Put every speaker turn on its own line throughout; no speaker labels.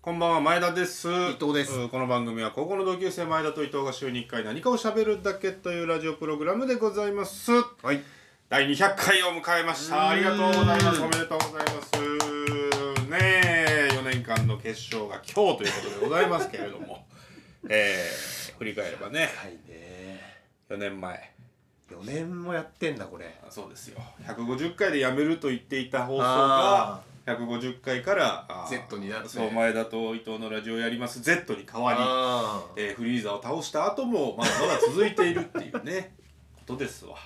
こんばんは前田です
伊藤です
うんこの番組は高校の同級生前田と伊藤が週に1回何かを喋るだけというラジオプログラムでございます
はい
第200回を迎えまし
うーん
たありがとうございますおめでとうございますねえ4年間の決勝が今日ということでございますけれども えー、振り返ればね
いね
4年前
4年もやってんだこれ
そうですよ150回でやめると言っていた放送が150回からあー
Z になって
そう前田と伊藤のラジオやります Z に変わり
あー
えーフリーザを倒した後もまだまだ続いているっていうね ことですわ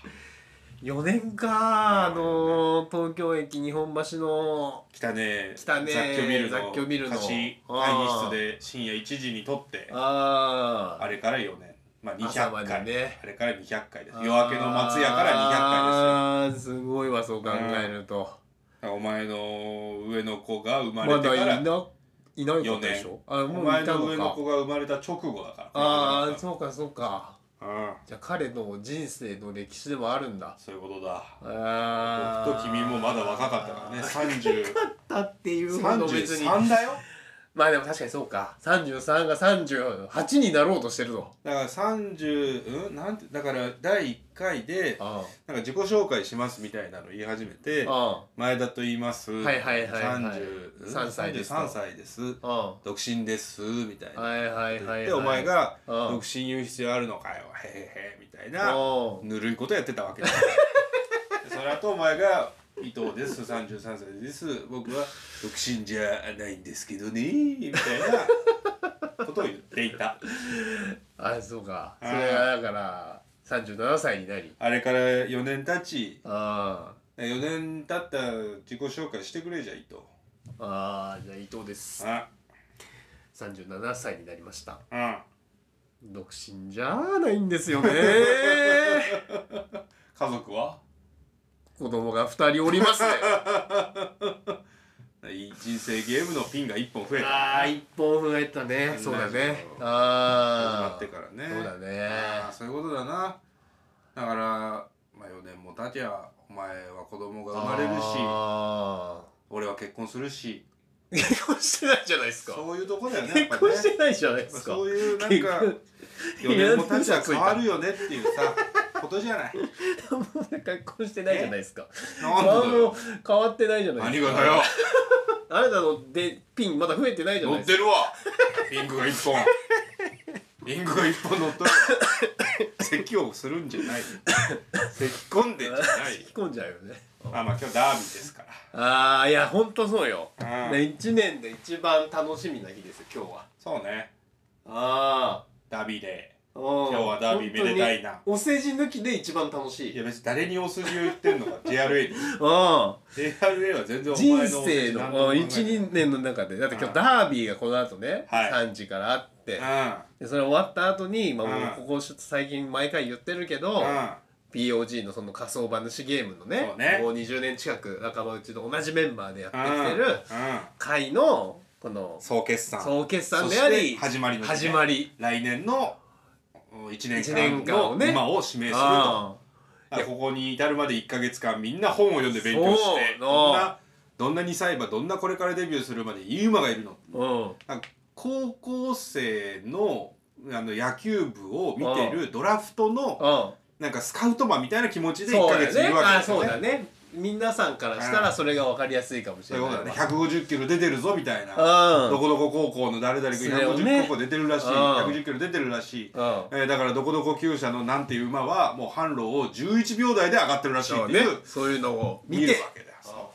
4年かあのー東京駅日本橋の
来たね
来たね
雑居ビルの
雑居ビルの
貸し
あ
会議
ー
室で深夜1時に撮ってあ
ああ
れから4年まあ
朝
200
ま
回
でね
あれから200回です夜明けの松屋から200回ですよ
回ですよすごいわそう考えると
だからお前の上の子が生ま
ま
れてか
だい
ら、
ないいないことでしょあ
お
もう
前
いた
の
の
上の
か
子が生まれた直後だから
ああそうかそうか
うん
じゃあ彼の人生の歴史でもあるんだ
そういうことだ
あ
僕と君もまだ若かったからね30
だっていうほど別に
33だよ
まあでも確かにそうか33が38になろうとしてるぞ
だから30うんなんてだから第1回で
あ
なんか自己紹介しますみたいなの言い始めて
あ
前田と言います
はいはいはいはい
30うん
3歳ですと
33歳です
あ
独身ですみたい
あ
な
はいはい
で、
はいはい
お前が「
うん
独身言う必要あるのかよへへへ」みたいな
あ
ぬるいことやってたわけ だでそれとお前が「伊藤です33歳です僕は独身じゃないんですけどね」みたいなことを言っていた。
ああそうか
あ
そ
あ
れがだから37歳になり
あれから4年経ち
あ
4年経った自己紹介してくれじゃいと。
あああじゃあ伊藤です
あ、
37歳になりました
うん。
独身じゃないんです よね
家族は
子供が2人おり ますね
いい人生ゲームのピンが1本増えた。
ああ一本増えたねそうだね
始
ああ
まってからね。
そうだね
あーそういうことだな。だから、まあ、4年も経ちゃ、お前は子供が生まれるし、
ああ
俺は結婚するし、
結婚してないじゃないですか
そういうとこだよね。やっぱ
結
ね
婚してないじゃないですか
そういうなんか、4年も経ちゃ変わるよねっていうさ、ことじゃない。
結婚してないじゃないですか
なんだ
顔
よ
も。変わってないじゃない
何
ですか
がだよ。
あなたのでピンまだ増えてないじゃな
乗
い
っ
で
て
すか
るわリングが一本リングが一本乗っとるわ咳をするんじゃない咳込んでんじゃない
引き込んじゃうよね
まあまあ今日ダービーですから
ああいやほんとそうよ
うん
ね一年で一番楽しみな日ですよ今日は
そうね
ああ
ダービーで
今
今日はダービーめでたいな
お世辞抜きで一番楽し
い
い
や別に誰にお筋を言ってんのか JRA に
うん
JRA は全然お前の
人生
お世辞なんと
の
も考えてない
12年の中でだって今
うん
日ダービーがこの後ね
はい
3時からあって
う
でそれ終わった後に、まあ、
うん
もうここちょっと最近毎回言ってるけど、
んうん
POG のその仮想版主ゲームのね
そうね
もう20年近く仲間内と同じメンバーでやってきて
う
る
ん
会のこの
総決算
総決算であ
そ
り
して始まりの
始まり
来年の1年
1
間
年間
の
をね
今を指名すると
あ
あここに至るまで1か月間みんな本を読んで勉強して
そう
どんなどんな2歳馬どんなこれからデビューするまでいい馬がいるの
あうん
なんか高校生のあの野球部を見てるドラフトの
うん
なんかスカウトマンみたいな気持ちで1
そう
か
だ
月い
ね
るわけ
あ
です
そ
よ
う
ね
だね皆さんからしたらそれが分かりやすいかもし
そう
れ
いう
ない
ことだね
わ
150キロ出てるぞみたいなどこどこ高校の誰々君
それをね
150キロ出てるらしい
うん
110キロ出てるらしい
うんうん
えーだからどこどこ厩舎のなんていう馬はもう販路を11秒台で上がってるらしい
そ
っ
う
てい
ね
う
そういうのを見
見
て
るわけだよそう
だか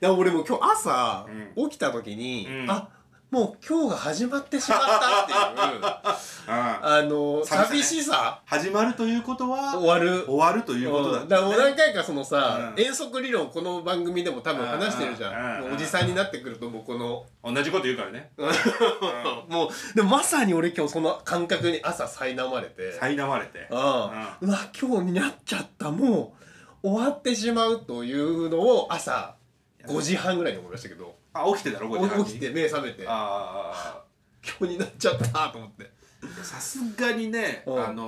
ら俺もう今日朝、
う
起きた時に、
うん
あもう今日が始まってしまったっていう
うん
あの
寂しさね
寂しさ
始まるということ
終
は
わる
終わるということだ
うんからもう何回かそのさ、
うん
遠足理論この番組でも多分話してるじゃん、
うん
もうおじさんになってくるともうこの、
同じこと言うからね
もうでもまさに俺今日その感覚に朝苛まれて
苛まれて
うん、うわ今日になっちゃったもう終わってしまうというのを朝5時半ぐらいに思いましたけど
あ起きてたろこれ
お起きて目覚めて
あ
今日になっちゃったと思って
あさすがにねあ
うん
の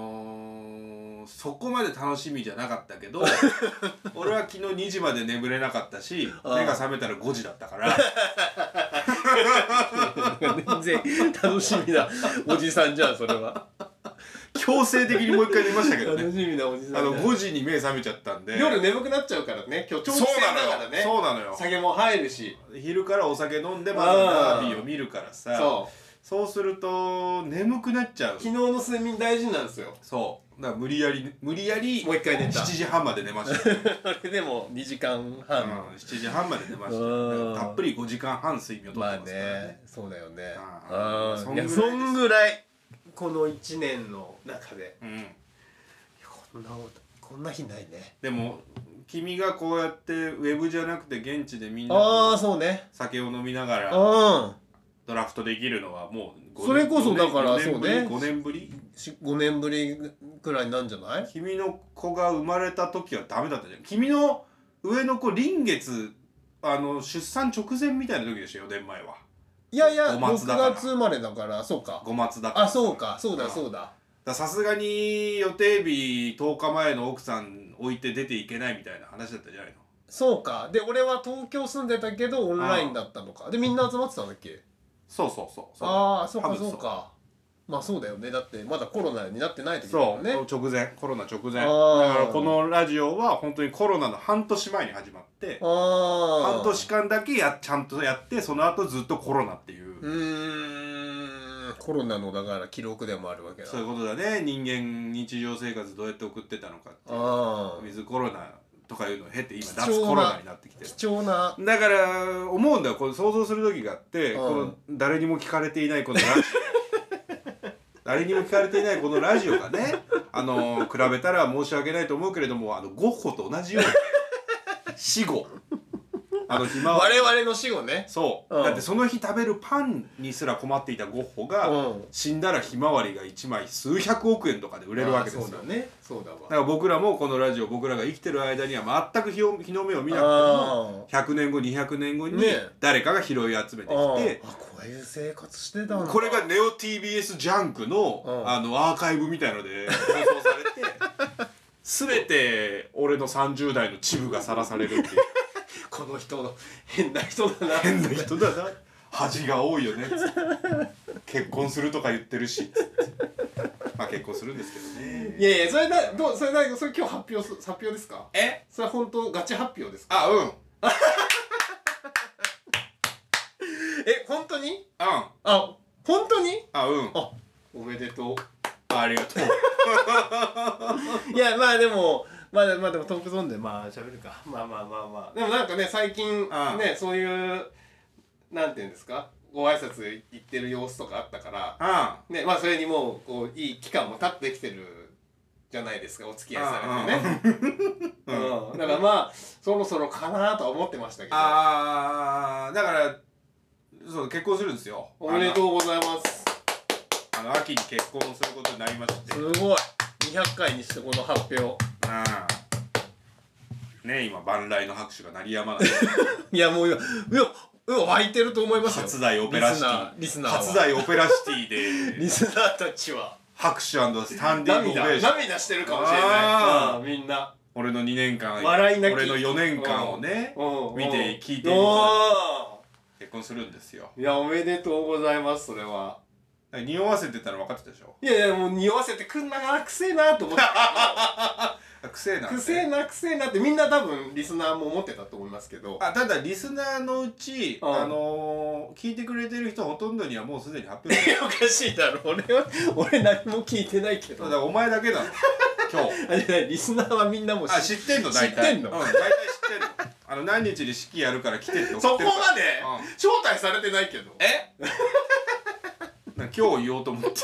ーそこまで楽しみじゃなかったけど俺は昨日2時まで眠れなかったし
うん
目が覚めたら5時だったから
なんかね全楽しみなおじさんじゃんそれは
強制的にもう一回寝ましたけど
楽
ね
しみなおじさん
あ
じゃん
の5時に目覚めちゃったんで
夜眠くなっちゃうからね今日長
そう
期戦だか
な
ら
の
ね
よそうなのよ
酒も入るし
昼からお酒飲んでまず
あー
ダービーを見るからさ
そ
そうすると眠くなっちゃう
う昨日の睡眠大事なんですよ
そうだから無理やり無理やり
もう一回寝た
7時半まで寝ま した、うん、
あれでも2時間半、
7時半まで寝ました
うん
たっぷり5時間半睡眠をとっ
まあ
てますからね,、
ねそうだよね
あ
あ
ー
ーいやそ
そん
んぐらいこの1年の中で
うん、
こんなことこんな日ないね
でも君がこうやってウェブじゃなくて現地でみんな
ああ
と
そうね
酒を飲みなが
う
ら
ん
ドラフトできるのはもう
それこそだからそうね
5年ぶり
し5年ぶりくらいなんじゃない
君の子が生まれた時はダメだったじゃん君の上の子臨月あの出産直前みたいな時でしたよ4年前はい
やいや
五
6
月だから
月生まれだからそうか
5月だから
あそうかそう
う
だ
ん
そうだ
だからさすがに予定日10日前の奥さん置いて出ていけないみたいな話だったじゃないの
そうかで俺は東京住んでたけどオンラインだったのかでみんな集まってたんだっけ
そうそうそうそう
ああそ
多
うか
分
そうかまあそうだよねだってまだコロナになってない時だも
そ
ん
う、
ね
直前コロナ直前だ
あー
からこのラジオは本当にコロナの半年前に始まって
ああ
半年間だけやちゃんとやってその後ずっとコロナっていう、
うーんコロナのだから記録でもあるわけだ
そういうことだね人間日常生活どうやって送ってたのかっていう
あ
水コロナとかいうのを経て今
貴重
脱
な
コロナになってきて
あ
る
貴重な
だから思うんだよこれ想像する時があって、
うん
この誰にも聞かれていないこのラジ オ誰にも聞かれていないこのラジオがねあの比べたら申し訳ないと思うけれどもあのゴッホと同じように死後あのひまわり
我々の死後ね
そう、
うん
だってその日食べるパンにすら困っていたゴッホが、
うん
死んだらひまわりが1枚数百億円とかで売れるわけですよ
ああそうだねそうだわ
だから僕らもこのラジオ僕らが生きてる間には全く日を日の目を見なくても100年後200年後に
ね
誰かが拾い集めて
あ
き
ー
て
あこういう生活してたんだ
これがネオ TBS ジャンク
う
の
ん
あのアーカイブみたいので放送さ れて全て俺の30代のチブがさらされるっ ていう
この人の変な人だな
変な人だな恥が多いよねつって結婚するとか言ってるしつってまあ結婚するんですけどね
いやいやそれなどうそれなそれ今日発表す発表ですか
え
それ本当ガチ発表ですか
あうんうん
え本当に
あ
あ本当に
うん
あおめでと
ありがとう
ういやまあでもまあまあでもトークゾーンでまあ喋るかまあまあまあまあでもなんかね最近
うん
ねそういうなんていうんですかご挨拶行ってる様子とかあったから
あ
ねまあそれにもうこういい期間も経ってきてるじゃないですかお付き合いされてね
うん
うんだからまあそろそろかなとは思ってましたけど
ああだからそう結婚するんですよ
おめでとうございます
あのあの秋に結婚することになりまして
すごい200回にしてこの発表
ああね今万来の拍手が鳴りやまない
いやもういやいやいや湧いてると思いますよ
初代オペラシティ
リスナーリス
初
ナーは
代オペラシティで
リスナーたちは
拍手スタンディングオベ
涙
ーション
涙してるかもしれ
あ
ない
ー
うんみんな
俺の2年間
笑い泣き
俺の4年間をね
うん
見て聞いて
うん
結婚するんですよ
いやおめでとうございますそれは
だから匂わせてたら分かってたでしょ
いやいやもう匂わせてくんながくせえなと思って
あくせえな
くせえなくせえなってみんな多分リスナーも思ってたと思いますけど
あただリスナーのうち、
うん
あのー聞いてくれてる人ほとんどにはもうすでに発表されて
いやおかしいだろ俺は俺何も聞いてないけ
るそ
ど
うだからお前だけだろ今日
あじゃないリスナーはみんなも
あ知ってんの大体
知ってんの
うん、大体知ってんのあの何日に式やるから来てって送
そ
っ
こ
て
ま
る
で
からうん
招待されてないけど
え なんか今日言おうと思って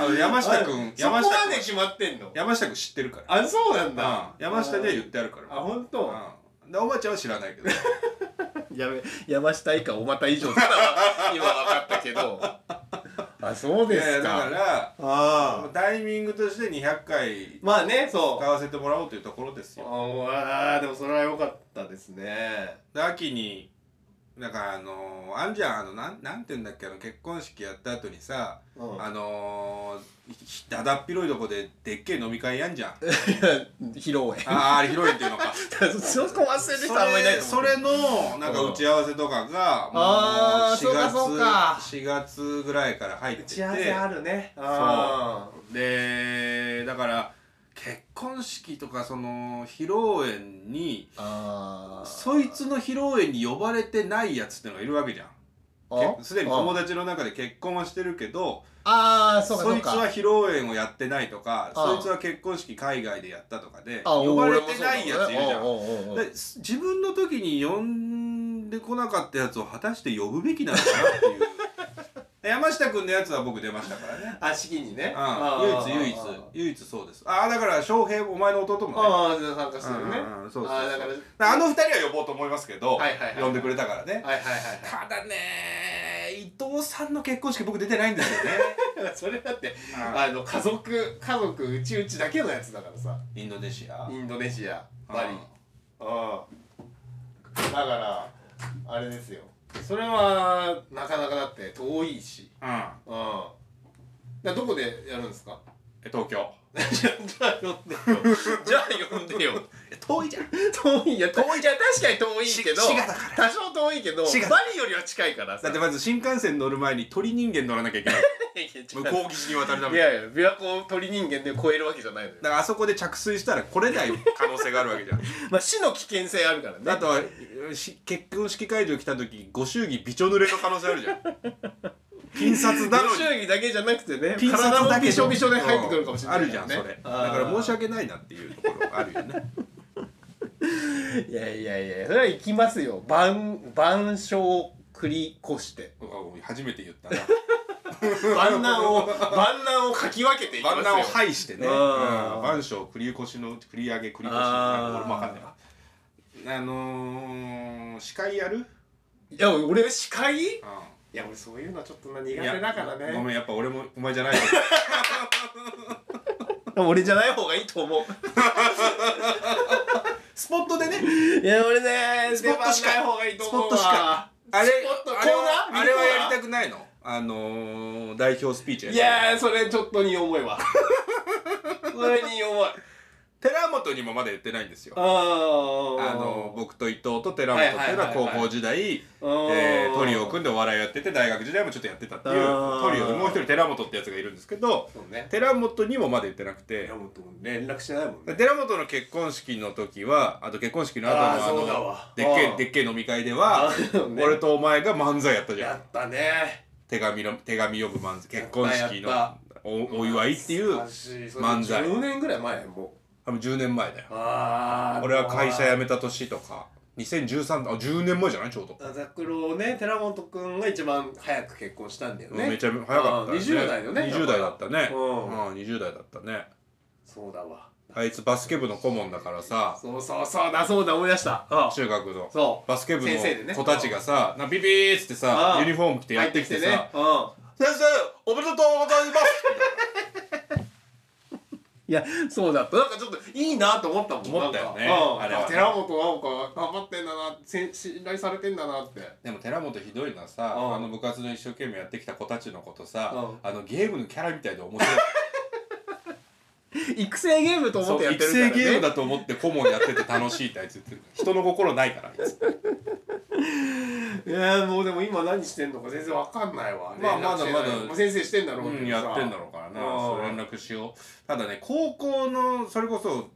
あの山下君
そこ
山
ま
下
で
君
決まってんの
山下君知ってるから
あそうなん
うん
だ
山下には言ってあるから
あ本当
うんでおばちゃんは知らないけど
やめ山下以下おまた以上だから今分かったけど あそう
い
ですか
やいやだから
ああ
タイミングとして200回
まあね
買
そう
わせてもらおうというところです
あ
よ
ーあーでもそれは良かったですね
で秋にだからあのーあんじゃんあのなんなんて言うんだっけあの結婚式やった後にさ、
うん
あのーひひだだっ広いとこででっけえ飲み会やんじゃん
披露宴
あーあれ広いっていうのか
そこ忘れてる人あんまりいないと思
そうれそれのなんか打ち合わせとかが、もう
あーそうかそうか
4月4月ぐらいから入って
打
て
ち合わせあるねあ
そうでだから結婚式とかその披露宴に
ーあー
そいつの披露宴に呼ばれてないやつってのがいるわけじゃん
あ
けすでに友達の中で結婚はしてるけど
ああそうか
そ
そう
いつ
か
は披露宴をやってないとか
あ
そいつは結婚式海外でやったとかで
あ
呼ばれてないやついるじゃん
俺もそうだもんねおうおうおうおう
で自分の時に呼んでこなかったやつを果たして呼ぶべきなのかなっていう 山下君のやつは僕出ましたからね
あ式にねあ
うん
ー
唯一唯一
あー
唯一そうですああだから翔平お前の弟もね
あーあー参加してるね
うんうんうんそうそうそう
あーだから
あの二人は呼ぼうと思いますけど、
はいはいはい
呼んでくれたからね、
はいはいはいは
ただね伊藤さんの結婚式僕出てないんです よね
いそれだって
うん
あの家族家族うちうちだけのやつだからさ
インドネシア
インドネシア
うん
バリうんだからあれですよそれはなかなかだって遠いし
うん
うんだからどこでやるんですか
え東 京
じゃあ呼んでよ じゃあ呼んでよ
遠いじゃん
遠いいや遠いじゃ確かに遠いけど
し滋賀だから
多少遠いけどバ
滋賀
リよりは近いから
だ
さ
ってまず新幹線乗る前に鳥人間乗らなきゃ いけない向
い
こう岸に渡るために
やいや琵琶湖を鳥人間で超えるわけじゃないのよ
だからあそこで着水したら来れない可能性があるわけじゃん
まあ死の危険性あるからね
あとはし結婚式会場来た時ご祝儀びちょ濡れの可能性あるじ ゃん金札なのに
祝儀だけじゃなくてね
ピン札
体も
だけ
びしょびしょで入ってくるかもしれない
あるじゃんそれだから申し訳ないなっていうところがあるよ ね
訳いやいやいやそれは行きますよ晩晩鐘を繰り越して
初めて言ったな
万難を万難をかき分けていきます
万
よ
難を排してね
うん
万象繰り越しの繰り上げ繰り越しの
あー
俺もわかんないわあのー、司会やる、うん
いや俺司会いや俺そういうのはちょっとな苦手
いや
だから
ご
ね
めんやっぱ俺もお前じ ゃない
俺じゃない方がいいと 思う
スポットでね
いや俺ね
スポットしか
出番ない方がいいと思
ス
うわ
ポットしかあれ
スポット
あれは
コーナー
あれは
ミニコーナー
やりたくないのあのー、代表スピーチや
い
りたくない
やーそれちょっとに重い わそれに重い
寺本にもまだ言ってないんですよ
あー
あの僕と伊藤と寺本っていうのは
はいはいはい
高
はい
校時代、
あー
えートリオを組んでお笑いやってて大学時代もちょっとやってたっていう
あー
トリオにもう一人寺本ってやつがいるんですけど
そうね
寺本にもまだ言ってなくて
本も連絡してないもん
寺本の結婚式の時はあと結婚式の後
あーそうだ
の
わ
あのでっけ
あ
え
ー
でっけえ飲み会では
あーね
俺とお前が漫才やったじゃ
や
ん
ったね
手紙の手紙呼ぶ漫才結婚式の
やっ
おお祝いっていう
懐かしいそれ
漫才
10年ぐらい前も
多分10年前だよ
うあー
俺は会社辞めた年とか2013あ10年前じゃないちょうど
あザクロね寺本くんが一番早く結婚したんだよね
めちゃめちゃ早かった、
うん20代だよね
20代だったね
う
うんん、20代だったね
そうだわ
あいつバスケ部の顧問だからさ
そうそうそうだそうだ思い出したあ
中学の
そう
バスケ部
先生で
の
ね
子たちがさ、なビビーっつってさ
あ
ユニフォーム着てやってきてさ「
入っうん
先生おめでとうございます」
いや、そうだった。なんかちょっといいなと思ったもん。
思ったよね
なんかうん、
あれは
寺本なんか頑張ってんだな、せ信頼されてんだなって。
でも寺本ひどいのはさ、
うん
あの部活の一生懸命やってきた子たちのことさ、
う
あのゲームのキャラみたいで面 白い
育成ゲームと思ってやってるからね。
育成ゲームだと思って顧問やってて楽しいってあいつ言 ってる人の心ないからあいつ
いやもうでも今何してんのか全然わかんないわ。
まあ
連絡してない
まだまだ
もう先生してんだろう
う
け
ん、
ど
や
さ
ってんだろうからな
うん
そう連絡しようただね高校のそれこそ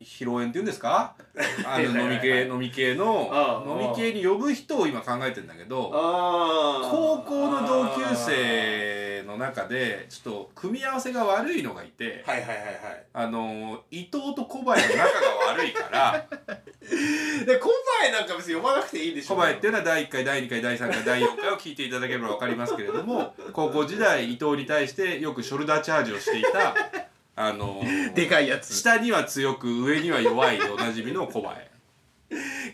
ひ披露宴っていうんですかあの飲み
はいはい
系
は
飲み系の
うん
飲み系に呼ぶ人を今考えてんだけど
あー
高校の同級生の中でちょっと組み合わせが悪いのがいて
はいはいはいは
あの伊藤と小林の仲が悪いから
い。で、コバエなんか別に呼ばなくていいでしょ。
小林っていうのは第1回第2回第3回第4回を聞いていただければ分かりますけれど も高校時代伊藤に対してよくショルダーチャージをしていたあの
でかいやつ。
下には強く上には弱いでおなじみの小 林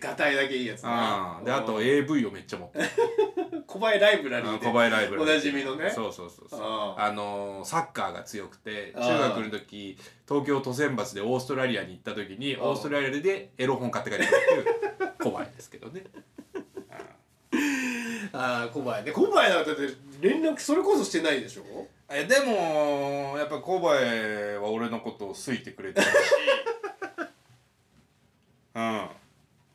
ガタイだけいいやつな
あであと、AV をめっちゃ持ってる
コバエライブラリ
あの
ーで。
小林ライブラリー
おなじみのね
そうそうそうそう
あ
あのーサッカーが強くて
あ
中
ー
学の時東京都選抜でオーストラリアに行った時に
あー
オーストラリアでエロ本買って帰ってくるっていう小林ですけどね
ああ小林ね小林なんかだって連絡それこそしてないでしょ
えでもやっぱコバエは俺のことを好いてくれ てるしうん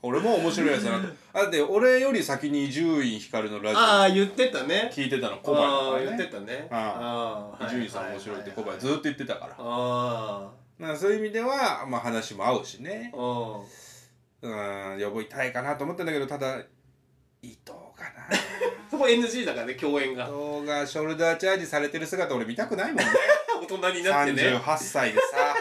俺も面白いやつだなとあだって俺より先に伊集院光のラジ
ああ言ってたね
オ聞いてたのコ
あ
バ
あ
エ
言
だ
って
か
たね
あ
あ
らね伊集院さん面白いってコバエずっと言ってたから
あ
まあそういう意味では、まあ、話も合うしね
あうん
うん呼びたいかなと思ったんだけどただ伊藤か な
そこ NG だからね共演が
伊藤がショルダーチャージされてる姿俺見たくないもん ね
大人になってね
38歳でさ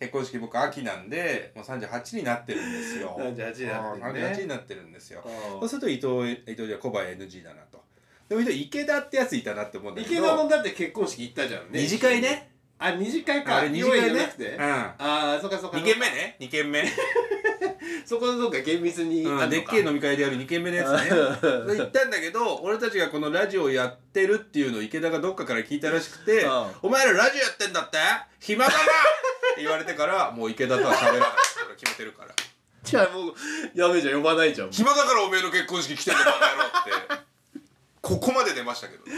結婚式僕秋なんでもう38になってるんですよ
38になってるね
あー38になってるんですよそう
う
すると伊藤伊藤じゃ小林 NG だなとでも伊藤池田ってやついたなって思うん
ん
だけど
池田もだって結婚式行ったじゃんね
二次会ね
あ二次会か
あれ二次会
要
ね
は言わなくてああそっかそっ
う
か
ん、2軒目ね2軒目、
そこのどっか厳密に
うん、
あんのか
でっけえ飲み会でやる2軒目のやつね
うん
で行ったんだけど俺たちがこのラジオやってるっていうのを池田がどっかから聞いたらしくて
うん
「お前らラジオやってんだって暇だな!」って言われてからもう池田とは喋らない俺決めてるから
じゃあもうやべえじゃん呼ばないじゃん
暇だからおめえの結婚式来てんだバカ野郎ってここまで出ましたけどね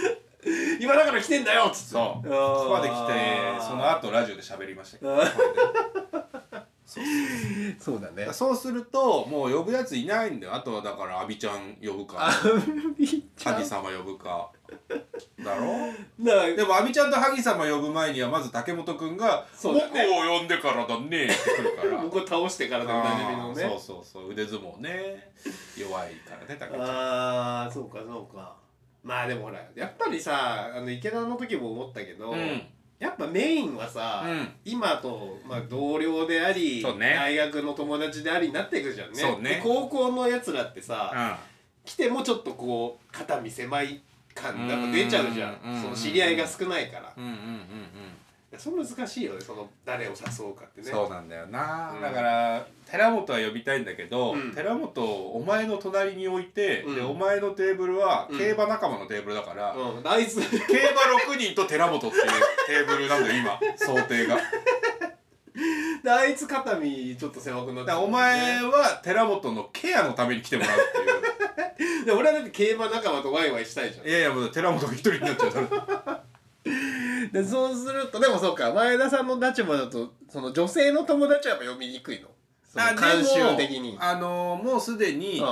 今だから来てんだよっつって
そう
あー
ここまで来てその後ラジオで喋りましたけど
あー
そう
そうだね
そうするともう呼ぶやついないんだよあとはだから阿ビちゃん呼ぶか萩様呼ぶかだろ
な
でも阿ビちゃんと萩様呼ぶ前にはまず竹本くんが「
そう
僕を
だね
呼んでからだね」ってくるから
僕を倒してからでおなじみの
あーそう
ね
そうそう腕相撲ね弱いからね竹ちゃん
ああそうかそうかまあでもほらやっぱりさあの池田の時も思ったけど、
うん
やっぱメインはさ、
うん
今と、まあ、同僚であり、
そうね
大学の友達でありになっていくじゃんね
そうね
で高校のやつらってさ、
うん
来てもちょっとこう肩身狭い感が出ちゃうじゃん
うんうん
その知り合いが少ないから、
うんうんうんうん
それ難しいよねその誰を誘うかってね
そうなんだよな、
うん
だから寺本は呼びたいんだけど、
うん
寺本をお前の隣に置いて、
うん
でお前のテーブルは
うん
競馬仲間のテーブルだから、
うん、あいつ
競馬6人と寺本っていうテーブルなんだよ今想定 がだか
あいつ肩身ちょっと狭くなって
らお前は寺本のケアのために来てもらうっ
で俺はだって競馬仲間とワイワイしたいじゃ
ていういやいやもう寺本が一人になっちゃう から
んでそうするとでもそうか前田さんの立場だとその女性の友達はやっぱ読みにくいのその
あでも
慣習的に
あのーもうすでに、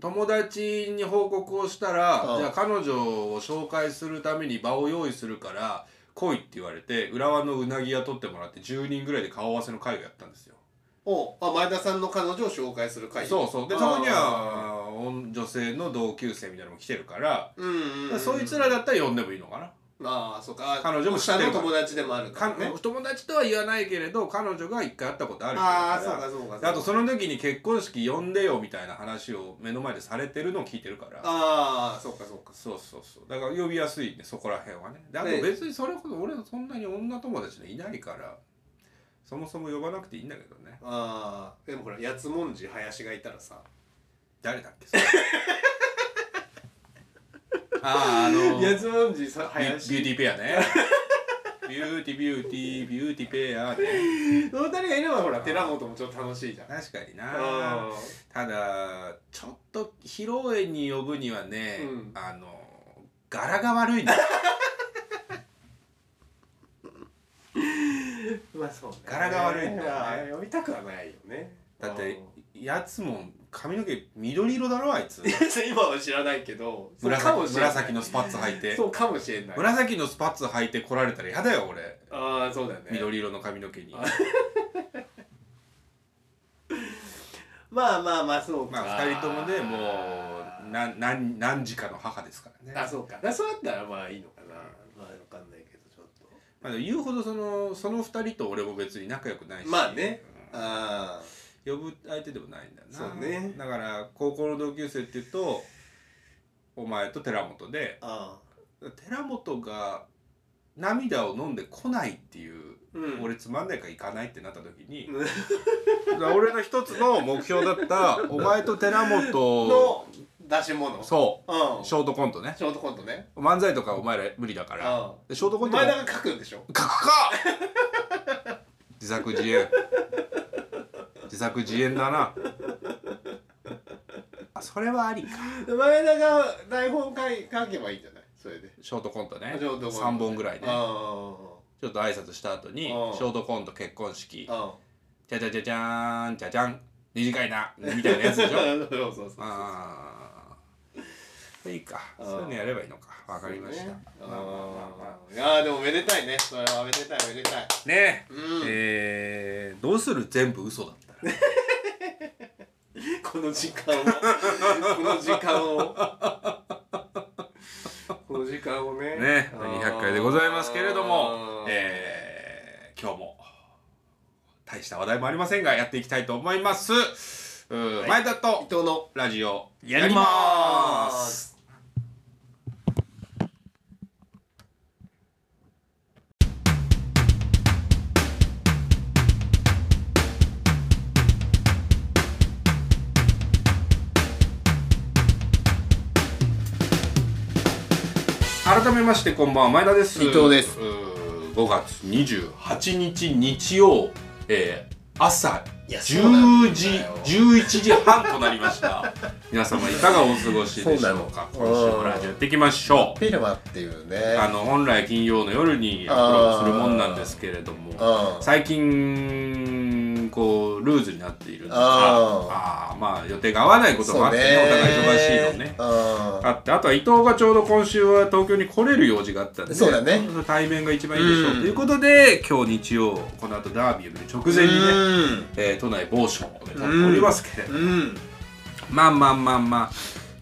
友達に報告をしたら、
うん
じゃあ彼女を紹介するために場を用意するから来いって言われて浦和のうなぎ屋取ってもらって10人ぐらいで顔合わせの会をやったんですよ
おあ前田さんの彼女を紹介する会
そうそうで
あー
そこには女女性の同級生みたいなのも来てるから、
うんうん、うん、
そいつらだったら呼んでもいいのかな、
ああそうか
彼女も知って
下
るから
の友達でもあるか
から
ね
友達とは言わないけれど彼女が一回会ったことある人だ
ああ
か
そう
ら
かそうか
であとそ
の
の時に結婚式呼んでよみたいな話を目の前でされてるのを聞いてるから
ああそうかそうか
そうそうそうだから呼びやすいねそこら辺はねであと
ね
別にそれほど俺はそんなに女友達ねいないからそもそも呼ばなくていいんだけどね
ああでもほら八つ文字林がいたらさ
誰だっ けそれあああのビュ
つ文字さ
ビューティーペアねビューティービューティービューティーペアね
その二人がいればほら寺本もちょっと楽しいじゃん
確かに
あ
なただちょっと披露宴に呼ぶにはね、
うん
あの柄が悪い んだよ
ーまあそうね
柄が悪いんだよね
ね呼びたくはないよね
だってやつも髪の毛緑色だろあいつ
あ ー今は知らないけどそう
紫
かもしれない
紫のスパッツ履いて
そうかもしれない
紫のスパッツ履いて来られたら嫌だよ俺
ああそうだね
緑色の髪の毛に
あまあまあまあそうか
まあ2人ともねもうな何何時かの母ですからね
あそうかだからそうだったらまあいいのかなまあわかんないけどちょっと
まあ、言うほどそのその2人と俺も別に仲良くないし
まあね
うん
ああ
呼ぶ相手でもないんだよな
そうね
だから高校の同級生っていうとお前と寺本で
ああ
寺本が涙を飲んでこないっていう、
うん
俺つまんないから行かないってなった時に、
うん
だから俺の一つの目標だったお前と寺 本
の出し物
そううんショートコントね
ショートコントね
漫才とかお前ら無理だから
う
でショートコ
ん
ントも
前田が書くんでしょ
書くか自作自演自作自演だなあそれはありか
前田が台本書い書けばいいんじゃないそれで
ショートコントね
ショートコント
3本ぐらいね
あ
ちょっと挨拶した後にシ
うん
ョートコント結婚式
ああ
じゃじゃじゃじゃーんじゃじゃん短いなみたいなやつでしょ
そうそうそう
ああいいか
うん
そういうのやればいいのかわかりました
そう
ま
ね
あ
あ
まあまあま
ーいやーでもめでたいねそれはめでたいめでたい
あね
うん
えーどうする全部嘘だったら
この時間をこの時間をこの時間をね
ね、
あー
200回でございますけれども
あ、ー
えー、今日も大した話題もありませんがやっていきたいと思います。うん
はい
前田
伊
と
藤の
ラジオ
やりま
やります改めましてこんばんは前田です。
伊藤です
うん。5月28日日曜、えー、朝
いやそうな
10
ん
時
だよ
11時半となりました。 皆様いかがお過ごしでしょうか。
そう
今
なの
週もラジオやっていきましょう。
フィルマっていうね
あの本来金曜の夜にアップロードするもんなんですけれども
うん
最近こうルーズになっているのか
あ
あーまあ予定が合わないこともあってねお互い忙しいのね
う
あってあとは伊藤がちょうど今週は東京に来れる用事があったんで
そうだね
対面が一番いいでしょう、
うん
ということで今日日曜この後ダービーを見る直前にね、
ん
えー都内某所で撮っておりますけれども、
うん
まあまあまあまあ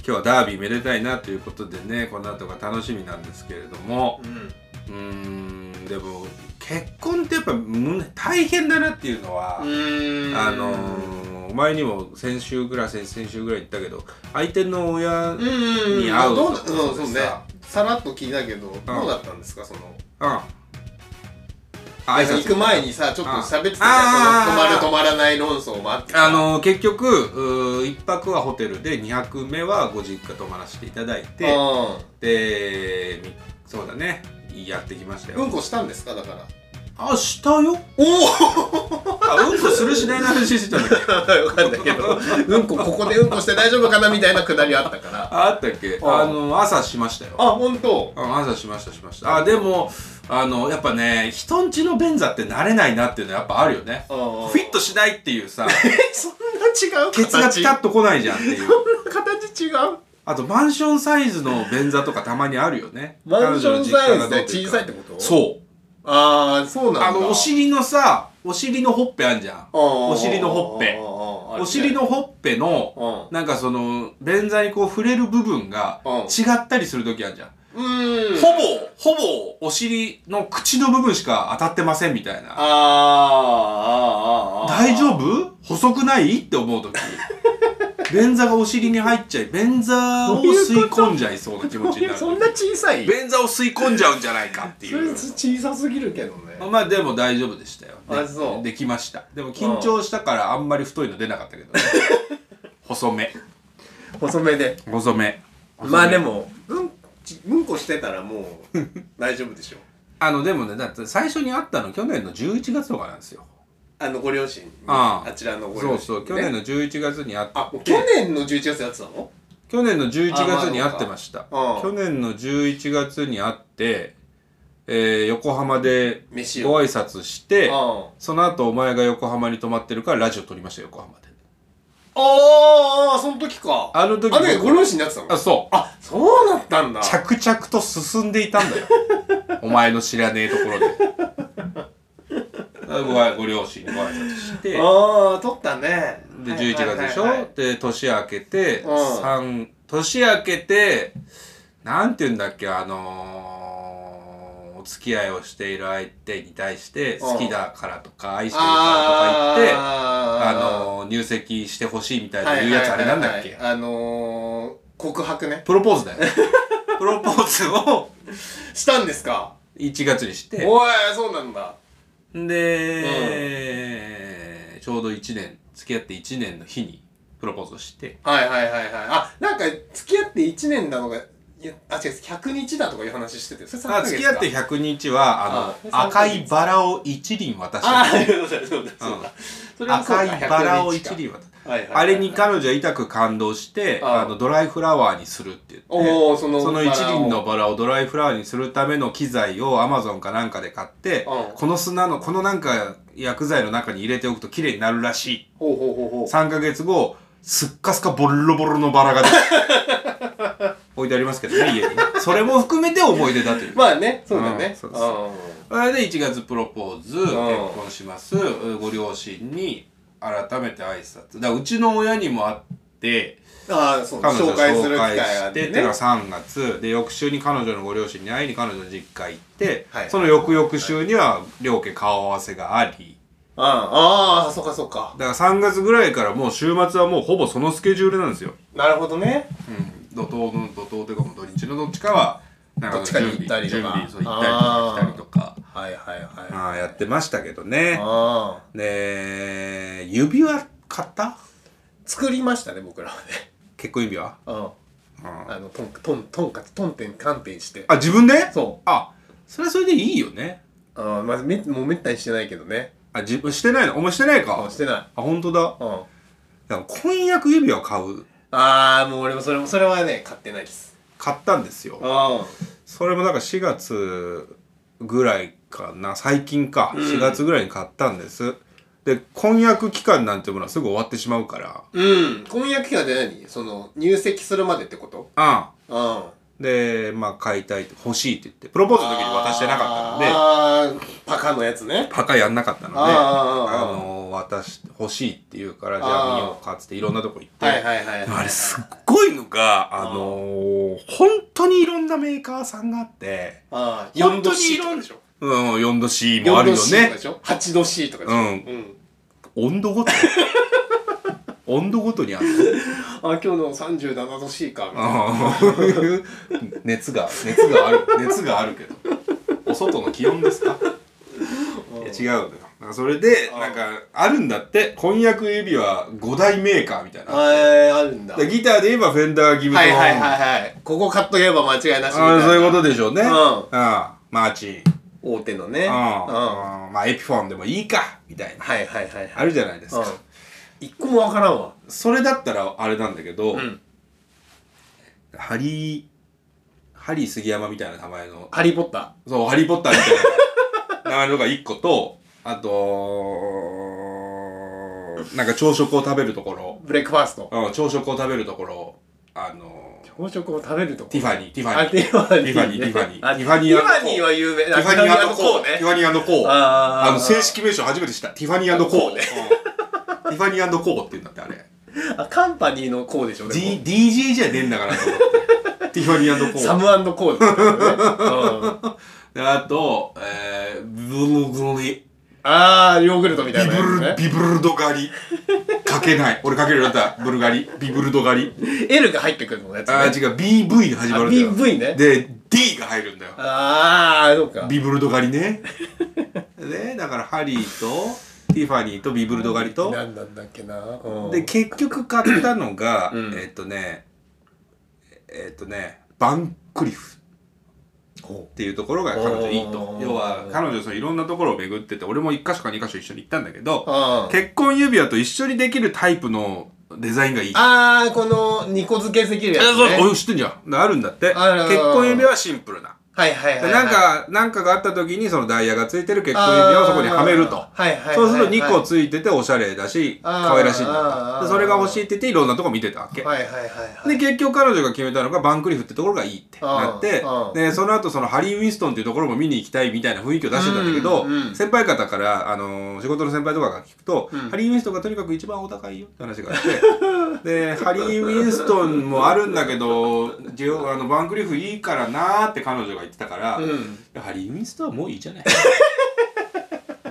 今日はダービーめでたいなということでねこの後が楽しみなんですけれども、
うん
うーんでも結婚ってやっぱむ大変だなっていうのは、
うん
あのーお前にも先週ぐらい先々週ぐらい言ったけど相手の親、
うんうんうん
に合う
どう
ところ
うんそうね
でさ
さらっと聞いたけどどうだったんですかその
あ
なんか行く前
に
にさちょっと喋ってたじ
あ
ゃん
ー
その止まる止まらない論争もあってさ
あのー結局うー一泊はホテルで二泊目はご実家泊まらせていただいてでみそうだねやってきました
うん
よ、
うんこしたんですかだから
あしたよ おおあうんこするしないの話してたんだっけ
分かんないけどうんこここでうんこして大丈夫かなみたいなくだりあったから
ああったっけ
あ
あの朝しましたよ
あ本当
うん朝しましたしましたあでもあのやっぱね人んちの便座って慣れないなっていうのはやっぱあるよね
フ
フィットしないっていう さ
そんな違う
ケツがピ
形
タッとこないじゃんっていう
形違う
あとマンションサイズの便座とかたまにあるよね
マンションサイ
彼女の
ズで
実家が
小さいってことう
そう
ああそうなんだ
あのお尻のさお尻のほっぺあんじゃん
お
お尻のほっぺお尻のほっぺの
う
なんかその便座にこう触れる部分が
うん
違ったりする時あるじゃん
んうん
ほぼ、ほぼ、お尻の口の部分しか当たってませんみたいな。
あーあーあーあー
大丈夫細くないって思 うとき。便座がお尻に入っちゃい、便座を吸い込んじゃいそうな気持ちにな
そんな
る。
小さい
便座を吸い込んじゃうんじゃないかってい
それ
う。
小さすぎるけどね
まあでも大丈夫でしたよ。
あそう
できました。でも緊張したからあんまり太いの出なかったけどね。 細め。
細めで
細め。
まあで
も。
もうんちうんこしてたらも う大丈夫でしょ
あのでもね、だって最初に会ったの去年の11月とかなんですよ。
あのご両親に
あ
あ
あ
ちらのご
そ
両
うそ
親
う、
にね
去年の11月に会って。
あもう去年の11月やってたの
去年の11月に会ってました、
あ
去年の11月に会って、えー横浜で
飯を
ご挨拶して
あ
その後お前が横浜に泊まってるからラジオ撮りましたよ横浜で
ああその時か
あの時
あねご両親になってたの
あそう
あそうだったんだ
着々と進んでいたん だよお前の知らねえところであごあご両親にご挨拶して
ああ取ったね
で
はい
11月でしょ、
はいはいはい
で年明けて、
うん
三年明けてなんて言うんだっけあのーお付き合いをしている相手に対して
うん
好きだからとか愛してるからとか
あ
言って
あ
あのー入籍してほしいみたいな
はい
言
は
う
い
や
はい
つ
はい
あれなんだっけ
あのー告白ね
プロポーズ だよプロポーズを
したんですか
1月にして
おいそうなんだ
で、ちょうど1年付き合って1年の日にプロポーズをして
はいはいはいはいあなんか付き合って1年なのがいやあ違う100日だとかいう話しててそれ3
あ
ヶ月
付
か
き合って100日はあの
あ
赤いバラを一輪渡し
あ
た
あそうだそうだそうだそれはそう
赤
だ
いバラを
100日
一
か
輪渡した
はいはいはい
あれに彼女は痛く感動して
ああ
あのドライフラワーにするって言って
おーその
その一輪
バラ
のバラをドライフラワーにするための機材をアマゾンかなんかで買って
うん
この砂のこのなんか薬剤の中に入れておくと綺麗になるらしい
ほうほうほうほう
3ヶ月後すっかすかボロボロのバラが出て 置いてありますけどね家にねそれも含めて思い出だという
まあねそうだ
う
ね
んそううんそうそれで1月プロポーズ結婚しますご両親に改めて挨拶だからうちの親にも会って
ああそう
彼女を
紹介する
紹
機会
介
があっ
してって
て
いうの
ね
が3月で翌週に彼女のご両親に会いに彼女の実家行って、
はい
その翌々週には両家顔合わせがあり
うんああそうかそうか
だから3月ぐらいからもう週末はもうほぼそのスケジュールなんですよ、
なるほどね
うん、怒涛の怒涛というかもう土日のどっちかはなんか
どっちかに行ったりとか
準備そう行ったりとか来たりとか
はいはいはい
ああやってましたけどね
ああ
で指輪買った
作りましたね僕らはね
結婚指輪、
うん
うん
あのトントントンカツトンテンカンテンして
あ自分で
そ
あそれはそれでいいよね
うあまあめもうめったにしてないけどね
あじしてないのお前してない
あ
か
してない
あ本当だ
うんあ
でも婚約指輪買う
あもう俺もそれもそれはね買ってないです
買ったんですよ
あ
それもなんか4月ぐらいかな最近か
うん
4月ぐらいに買ったんです、で婚約期間なんてものはすぐ終わってしまうから
うん婚約期間で何その入籍するまでってこと
ああ
うん
でまあ買いたい欲しいって言ってプロポーズの時に渡してなかったので
あーパカのやつね
パカやんなかったので
ああああ
あの渡して欲しいって言うからじゃあ見ようかっつっていろんなとこ行って、
はいはいはいはい
あれすっごいのがあのー本当にいろんなメーカーさんがあって。
ああ
本当
4度
に
C
い
と
ろ
か
ん
でしょ
うん、4度 C もあ
4
る
度
よ
C とか
ね
で。しょ8度 C とかでしょ
うん
うん
温度 ごとに。温度ごとにある。
あ今日の37度 C かみたいな
うん 熱が、熱がある、熱があるけど。お外の気温ですか。いや、違うのよ。なんかそれで、
あー
なんか、あるんだって、婚約指輪5大メーカーみたいな。
えー、あるんだ。は
で
い
ギターで言えばフェンダーギブトン。
はいはいはい。ここ買っとけば間違いなしみた
あ
い
ー
な。
そういうことでしょうね。
うん
マーチン。
大手のね。
うん
は
まあ、エピフォンでもいいか、みたい
い
な。
はいはいはい。
あるじゃないです
うん
か。
一個もわからんわ。
それだったらあれなんだけど、
ん
ハリーハリー杉山みたいな名前の
ハリーポッタ
そう「ハリー・ポッター」みたいな名前のが1個とあとなんか朝食を食べるところ
ー、ブレックファースト。
うん朝食を食べるところあの
朝食を食べるとこ。
ティファニーティフ
あ
ァニー
ティファ
ティ
ニー。
ファニーティファニー
あ
テ
テ
ィ
ィ
ファニー
ファニーは有名。
ティファニーコー
ね
ティ。ファニーコー
あー
あの正式名称初めて知ったティファニーコー
コー
ねティファニーコーって言うんだってあれ
あ、カンパニーのコーでしょ。でも
D- DJ じゃねえんだからと思ってティファニーコー
サムコーですからね。うん
であと、えー、ブルグリ
あー、ヨーグルトみた
ビ
いな
ブ
や
ルビブルド狩りかけない俺かけるようになったブルガリビブルド狩り
つね。L が入ってくるのやつね。
あー違う BV で始まるんだよ
あ BV ね
で D が入るんだよ
あー、そうか。
ビブルド狩りねでだからハリーとティファニーとビブルド狩りと
なんなんだっけな。うん
で結局買ったのが、
うん
えっとねえっとねバンクリフ
ほ
っていうところが彼女いい
お
と
ー
要は彼女そのいろんなところを巡ってて俺も1か所か2か所一緒に行ったんだけど
ううん
結婚指輪と一緒にできるタイプのデザインがいい。
あーこの2個付けできる
え
やつ、
そう
ね、
お知ってんじゃん。あるんだって。
あるある
結婚指輪はシンプルな。
はいはいはい、は
で
い、
なんか、なんかがあった時にそのダイヤがついてる結婚指輪をそこにはめると
あ。ーはいはいはいはい
そうすると2個ついてておしゃれだし、
あー
可愛らしいん
あ
だ
ー
と。でそれが欲しいって言っていろんなとこ見てたわけ。
はいはいはいは
で、
い
結局彼女が決めたのがバンクリフってところがいいってなって
うんうん、
で、その後そのハリー・ウィンストンっていうところも見に行きたいみたいな雰囲気を出してたんだけど
うんう、ん
先輩方から、あのー、仕事の先輩とかが聞くと
うん、
ハリー・ウィンストンがとにかく一番お高いよって話があって、で、ハリー・ウィンストンもあるんだけど、ジオあのバンクリフいいからなーって彼女が言ってたから、
う
い
ん
やハリー・ウィンストンはもういいじゃ ない。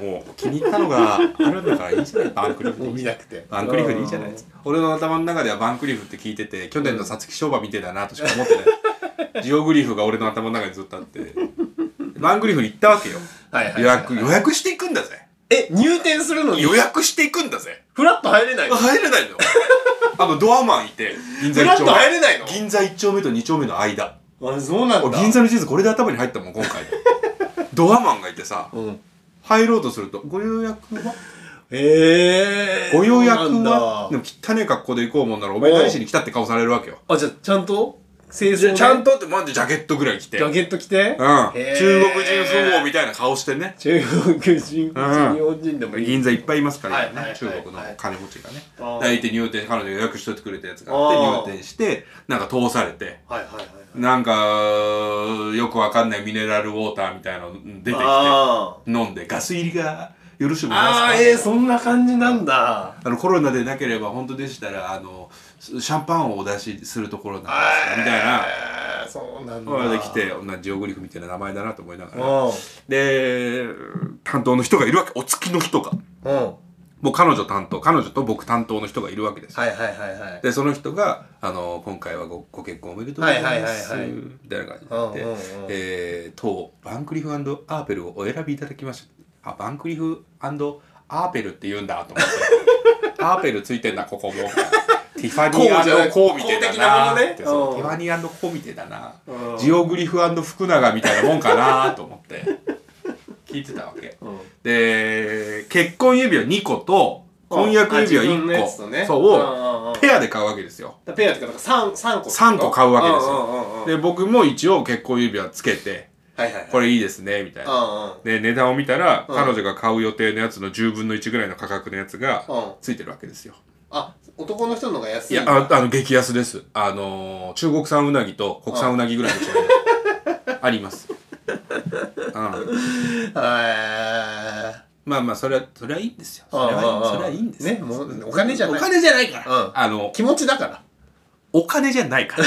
もう気に入ったのがあるんだからいいじゃない、バンクリフでいいじゃない
もう見なくて
バンクリフでいいじゃないですか俺の頭の中ではバンクリフって聞いてて去年の皐月賞馬みてえだなとしか思ってないジオグリフが俺の頭の中にずっとあってバンクリフに行ったわけよ
はいはいはい
予約予約していくんだぜ
え入店するのに
予約していくんだぜ
フラット入れないのフ
入れないのよあのドアマンいて銀座一
ラッ
丁
ト入
目
れないの
銀座一丁目と二丁目の間
あそうなんだ
銀座の地図これで頭に入ったもん今回ドアマンがいてさ
うん
入ろうとすると「ご予約は?」
ええー、
ご予約
そうなん
は
だ
でも汚ね格好で行こうもんならお前何しに来たって顔されるわけよ
あじゃあちゃんと清
じ
掃
ゃ
で
ちゃんとってまずジャケットぐらい着て
ジャケット着て、
うん、
へー
中国人富豪みたいな顔してね
中国人、
うん
日本人でもいい
銀座いっぱいいますからね、
はいはいはい
中国の金持ちがね
あー
相手入店彼女予約しといてくれたやつがあっ
あ
て
ー
入店してなんか通されて
はいはいはいはい
なんかよくわかんないミネラルウォーターみたいの出てきて
あ
飲んでガス入りがよろしゅう
ー
ございますか
あーえー、そんな感じなんだ
あのコロナでなければ本当でしたらあのシャンパンをお出しするところなんですかみたいな
えーそうなんだ
まで来て同じヨーグリフみたいな名前だなと思いなが
う
ら
ん
で担当の人がいるわけお付きの人が
うんは
もう彼女担当彼女と僕担当の人がいるわけです
いはいはいはい
でその人があの「今回はごご結婚おめでとうございます」
はいはいはいはい
みたいな感じで
うんうん
言
う
っ
ん
て、えー当バンクリフアーペルをお選びいただきましたあバンクリフアーペルって言うんだと思って アーペルついてんだここもティファニ
こうじゃな
ー
い
コーみてえだな
公的なものね
ってそう
うん
ティファニーコーみてえだな
うん
ジオグリフ福永みたいなもんかなと思って聞いてたわけ
うん
で結婚指輪2個と婚約指輪
あ自分のや
1
つと
個、
ね
そう
うん
を
うんうんだか
ペアで買うわけですよ
らペアっていうかだから三三個
3個買うわけですよで
よ
僕も一応結婚指輪つけて
はいはいはい
これいいですねみたいな
う
で値段を見たら
うん
彼女が買う予定のやつの10分の1ぐらいの価格のやつが
んうんうん
ついてるわけですよ
あ男の人の方が安
い
い
やああの激安ですあのー中国産うなぎと国産うなぎぐらいの違い があります、うん、
あ
まあまあそれはそれはいいんですよ
ー
それはいい
うんうんう
それはいいん
ん
ですよ
ねもうお金じゃない
お金じゃないから、
うん
あの
気持ちだから
お金じゃないか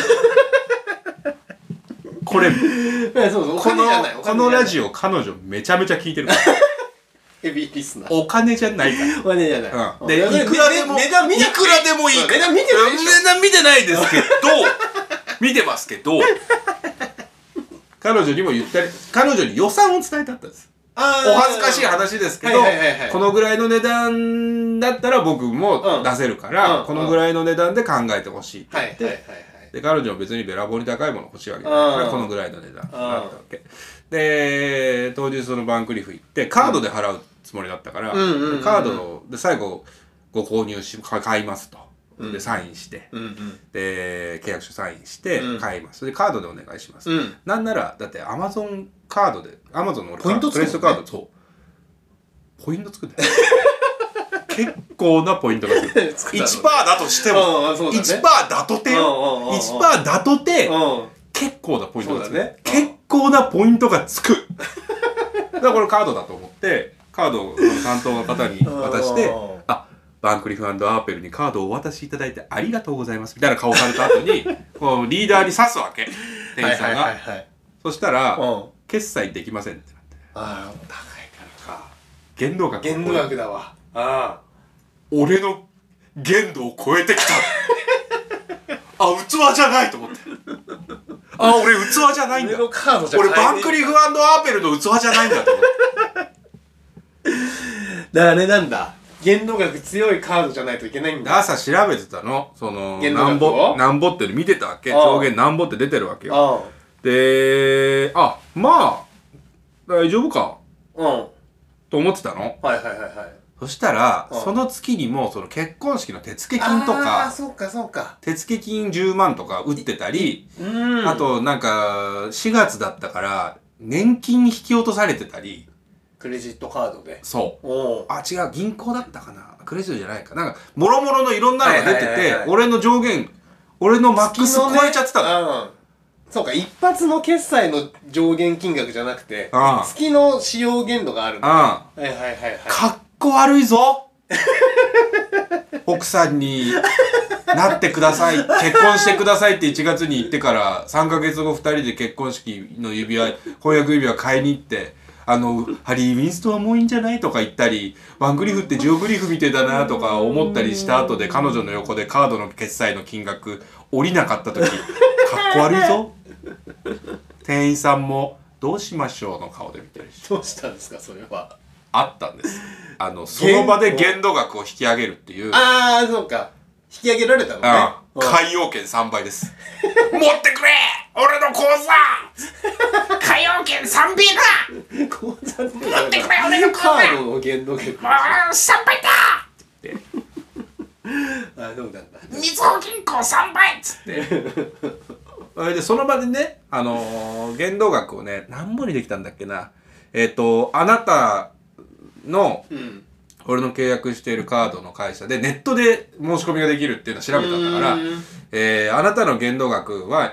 ら これ
えそうそうお
こ
金
の
じゃない
このラジ
オ
オ彼女めちゃめちゃ聞いて るから
ヘビーリスナー
お金じゃないか
お金じゃない
ら、
うん
でい
や
くらでも
値段見なくて
くらでもいい
そう値段見てないでしょ
値段見てないですけど見てますけど彼女にも言ったり彼女に予算を伝えたったんです
あー
お恥ずかしい話ですけど、
はいはいはいはい
このぐらいの値段だったら僕も出せるから、
うん
このぐらいの値段で考えてほしいって
は
言っ
いはい
て、
はいはい
で彼女も別にべらぼうに高いもの欲しいわけじゃないか
う
ら
ん
このぐらいの値段だったわけで当日そのバンクリフ行ってカードで払うつもりだったから、
うんうんうんうん
カードので最後ご購入しか買いますとでサインして、
うん うん
で契約書サインして
うん
買いますそれでカードでお願いします、
うん
なんならだってアマゾンカードでアマゾンの俺
ポイント
クレジットカードそうポイント作って 結構なポイントがつく
作ったの
1%だとしても
うんうんそうだね
1%だとてよ
うんうんうんうん
1%だとて
うん
結構なポイントがつく、
そうだねうん
結構なポイントがつ くだからこれカードだと思ってカードを担当の方に渡して
うん
「あバンクリフアーペルにカードをお渡しいただいてありがとうございます」みたいな顔された後 にこうリーダーに刺すわけ店員さんが、
はいはいはいはい
そしたら、
うん
決済できません」ってなって
あ
「高いからか限度
ー
額
限度額だわあ
俺の限度を超えてきた あ器じゃないと思ってあ俺器じゃな
あ
いん
俺
だ
のカードじゃ
俺バンク
リ
リフアーペルの器じゃないんだと思って
だからあれなんだ限度額強いカードじゃないといけないん
で
だ
朝調べてたのその
限度
なん
額を
ぼなんぼって見てたわけ
ああ
上限なんぼって出てるわけよ
あ
であまあ大丈夫か
うんはい
と思ってたの
はいはいはい
そしたら
ああ
その月にもその結婚式の手付金と
ああー
か
そうかそうか
手付金10万とか打ってたり
うん
あとなんか4月だったから年金引き落とされてたり
クレジットカードで
そう
おう
あ違う銀行だったかなクレジットじゃないかなんかもろもろのいろんなのが出てて、
はいはいはいはい
俺の上限俺のマックス超えちゃってたの、
のそうか一発の決済の上限金額じゃなくて
ああ
月の使用限度があるんだは
ああ
いはいはいはい
かっこ悪いぞ奥さんになってください結婚してくださいって1月に言ってから3ヶ月後2人で結婚式の指輪婚約指輪買いに行ってあのハリー・ウィンストンはもういいんじゃないとか言ったりワングリフってジオグリフみてえだなとか思ったりした後で彼女の横でカードの決済の金額降りなかった時かっこ悪いぞ店員さんも「どうしましょう」の顔で見てるし。
どうしたんですかそれは
あったんですあのその場で限度額を引き上げるっていう
ああそうかき上げられたのね
う
うん
ん。海洋券3倍です。持ってくれ俺の口座海洋券 3B
口座って
だ持ってくれ俺の口座
カードの限度結構
だもう3倍だ
あそうなんだ
みずほ銀行3倍っつ って。で、その場でね、あのー、限度額をね、何本にできたんだっけな。えっ、と、あなたの、
ん
俺の契約しているカードの会社で、ネットで申し込みができるっていうのを調べたんだから
うーん、
えーあなたの限度額は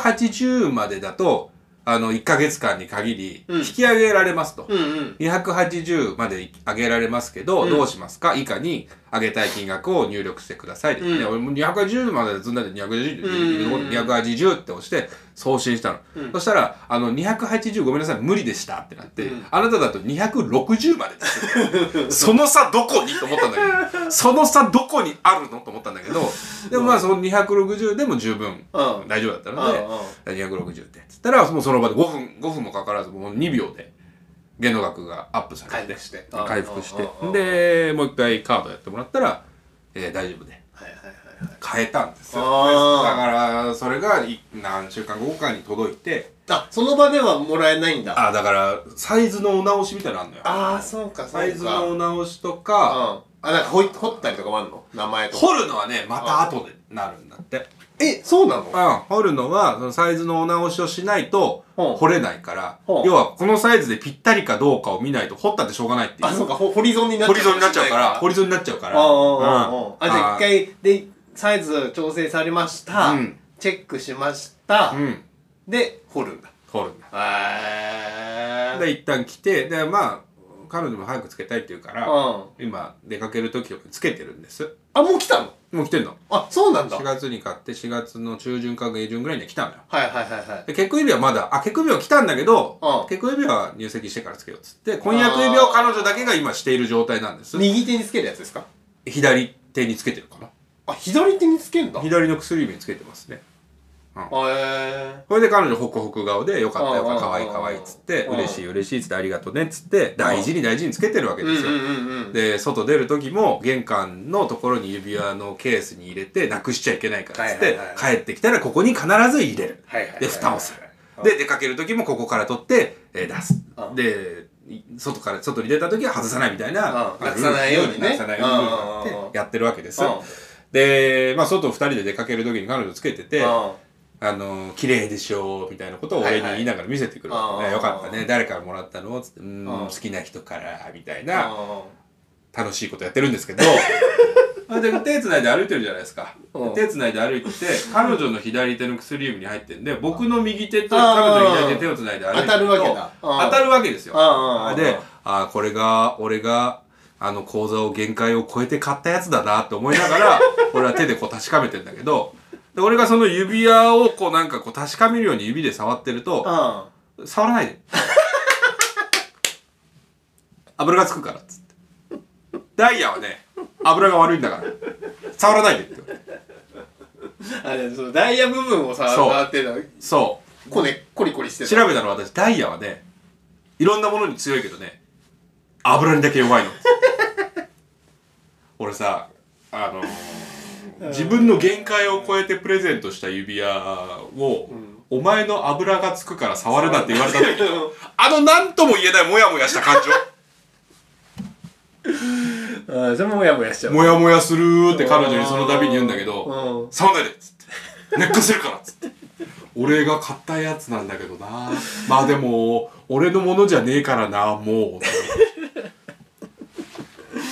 280までだと、あの、1ヶ月間に限り、
うん
引き上げられますと。
うんうん
280まで上げられますけど、
うん
どうしますか以下に上げたい金額を入力してくださいって、
うん
で俺も280までずんだって280、
うん
280って押して送信したの、
うん
そしたらあの280ごめんなさい無理でしたってなって、
うん
あなただと260までです その差どこにと思ったんだけどその差どこにあるのと思ったんだけどでもまあその260でも十分
うん
大丈夫だったの
うん
で、260点っつったらもうその場で5分5分もかからずもう2秒で限度額がアップされ
回
て
復して
回復して
うんうんうんうん
でもう一回カードやってもらったら、えー大丈夫で
はいはいはいはい
変えたんですよ
あー
だからそれがい何週間後かに届いて
あその場ではもらえないんだ
あーだからサイズのお直しみたいなのあんのよ
ああそうかそうか
サイズのお直しと
うん
か
あなんかほい掘ったりとかもあんの名前とか
掘るのはねまた後でなるんだって
えそうなの
うん、掘るのは、そのサイズのお直しをしないと、
うん
掘れないから、
うん
要はこのサイズでぴったりかどうかを見ないと、掘ったってしょうがないっていう。
あそうかほホリゾンになっ
掘
ちゃう
り損になっちゃうから、掘
リ
り損になっちゃうから。
あ
うん
あじゃあ一。回でサイズ調整されました
うん
チェックしました
うん、
で掘るんだ
掘るんだ。
へ
で、一旦来て、で、まあ、彼女も早くつけたいって言うか
う
ら、
んあ
今、出かける時とかにつけてるんです。
もう来たの
もう来てんの。
あそうなんだ
4
はい
月に買って、4月の中旬か下旬ぐらいには来たのよ。
はいはいはい
で、結婚指輪まだ、あ、結婚指輪来たんだけど、
うん
結婚指輪は入籍してからつけようっつって、婚約指輪を彼女だけが今している状態なんです。
右手につけるやつですか
左手につけてるかな。
あ左手につけんだへ
左の薬指につけてますね。
え
これで彼女ホクホク顔で、よかったよかった、かわいい
うん
かわいいっつって、
うん
嬉しい嬉しいっつって、ありがとうねっつって、大事に大事につけてるわけ
うん
で
う
すよ。
んうんうん
で、外出る時も、玄関のところに指輪のケースに入れて、なくしちゃいけないからっつっ
はい
て
はいはい、
帰ってきたらここに必ず入れる。
はいはいはいはい
で、蓋をする。で、出かける時もここから取って、えー出す
う。ん
で、い外から、外に出た時は外さないみたいな。
うんなくさないように
な
ね
くさないように
うんうんうん
ってやってるわけです。
うん
で、まあ、外二人で出かける時に彼女つけてて、
うん
あの、綺麗でしょみたいなことを
は
俺
い
に
はい
言いながら見せてくる
あ
わ
あ
け、ねよかったね。誰からもらったのつって、うーん、好
ああ
きな人から、みたいな、
あ
楽しいことやってるんですけ ど、あで手つないで歩いてるじゃないですか
うん。
手つないで歩いてて、彼女の左手の薬指に入ってんで、僕の右手と彼女の左手で手をつないで歩いて
当たるわけだああ
当たるわけですよ。
ああ
で、ああ、これが、俺が、あの口座を限界を超えて買ったやつだなって思いなが ら、俺は手でこう確かめてんだけど、で俺がその指輪をこうなんかこう確かめるように指で触ってると、
あ
触らないで。 油がつくからっつって。ダイヤはね、油が悪いんだから。触らないでって言われて。
あれそのダイヤ部分をさ
そう
触ってた
そ
こねコリコリして
う。
た
調べたのは私、ダイヤはね、いろんなものに強いけどね、油にだけ弱いの。 俺さ、あのー自分の限界を超えてプレゼントした指輪を、お前の油がつくから触るなって言われた時
うん
あの何とも言えないモヤモヤした感情
ああそれもやもやしちゃう
もやもやするーって彼女にその度に言うんだけど
う、ん
触んないでっつって。熱狂するからっつって。俺が買ったやつなんだけどなまあでも、俺のものじゃねえからなもう。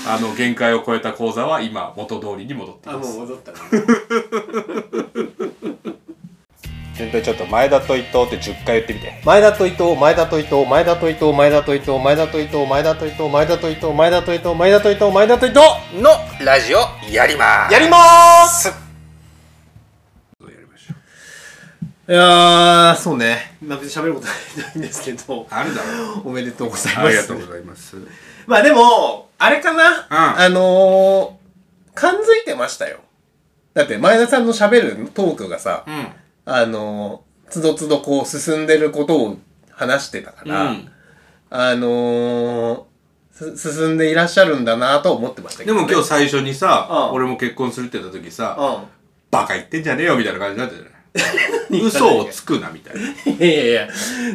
あの、限界を超えた講座は今、元通りに戻ってい
あ
ま
もう
す。
戻ったね
全体ちょっと前田と伊藤って10回言ってみて。
前田と伊藤前田と伊藤前田と伊藤前田と伊藤前田と伊藤前田と伊藤前田と伊藤前田と伊藤前田と伊藤前田と伊藤
のラジオやります
やりまーす
やりましょう。
いやーそうねまあ別に喋ることないんですけど
あるだろう。
おめでとうございます
ありがとうございます。
まあでもあれかな、
ん
あのー、感づいてましたよだって前田さんの喋るトークがさ、
うん。
あのー、つどつどこう進んでることを話してたから、
うん
あのー、す進んでいらっしゃるんだなと思ってましたけ
で
ど、
も今日最初にさ、
うん
俺も結婚するって言った時さ、
うん
バカ言ってんじゃねえよみたいな感じになってたじゃない嘘をつくなみたいな。
いやいやいや、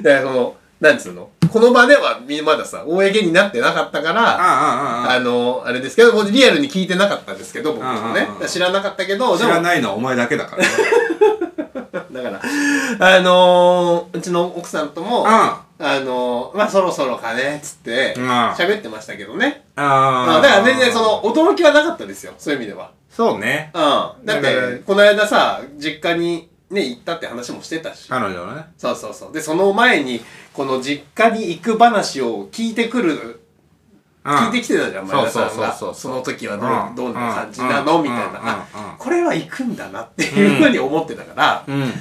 だからその、なんつうの、この場ではみまださ、公になってなかったから、あ
ああああああ
の、あれですけど、もうリアルに聞いてなかったんですけど、僕もね
うんうんうん。
知らなかったけど、
知ら
な
ないのはお前だけだから。
だから、あのー、うちの奥さんとも、あ
あ
のー、まあそろそろかね、つって、
うん
喋ってましたけどね。
ああ
あだから全然その、驚きはなかったですよ、そういう意味では。
そうね。
うん。だっ
だから
て、この間さ、実家にね、行ったって話もしてたし。
彼女のね。
そうそうそう。で、その前に、この実家に行く話を聞いてくる、
うん
聞いてきてたじゃん、前田さんが。
そうそうそうそう
その時は
う
ど
ん
う、どんな感じなの
うん
みたいな。
うんう
あ
んうん
これは行くんだなっていうふうに思ってたから、
うん。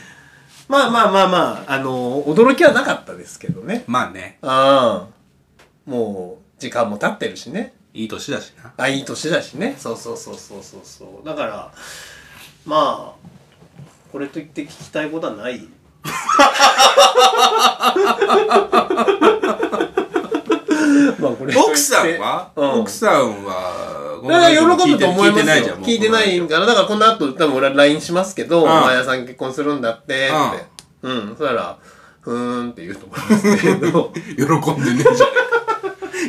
まあまあまあまあ、あのー驚きはなかったですけどね。
まあね、
ああ、もう、時間も経ってるしね。
いい年だしな。
あ、いい年だしね。そうそうそうそうそうそう。だから、まあ、これといって聞きたいことはない。 まあこれといって
奥さんは、
うん
奥さんは、
だから喜ぶと思い
聞
ま
て
す
な
よ
いじゃん。もう
聞いてないからだからこの後多分俺は LINE しますけど「
ん
前田さん結婚するんだって」ってうんそしたら「ふーん」って言うと思いますけど
喜んでねえじゃね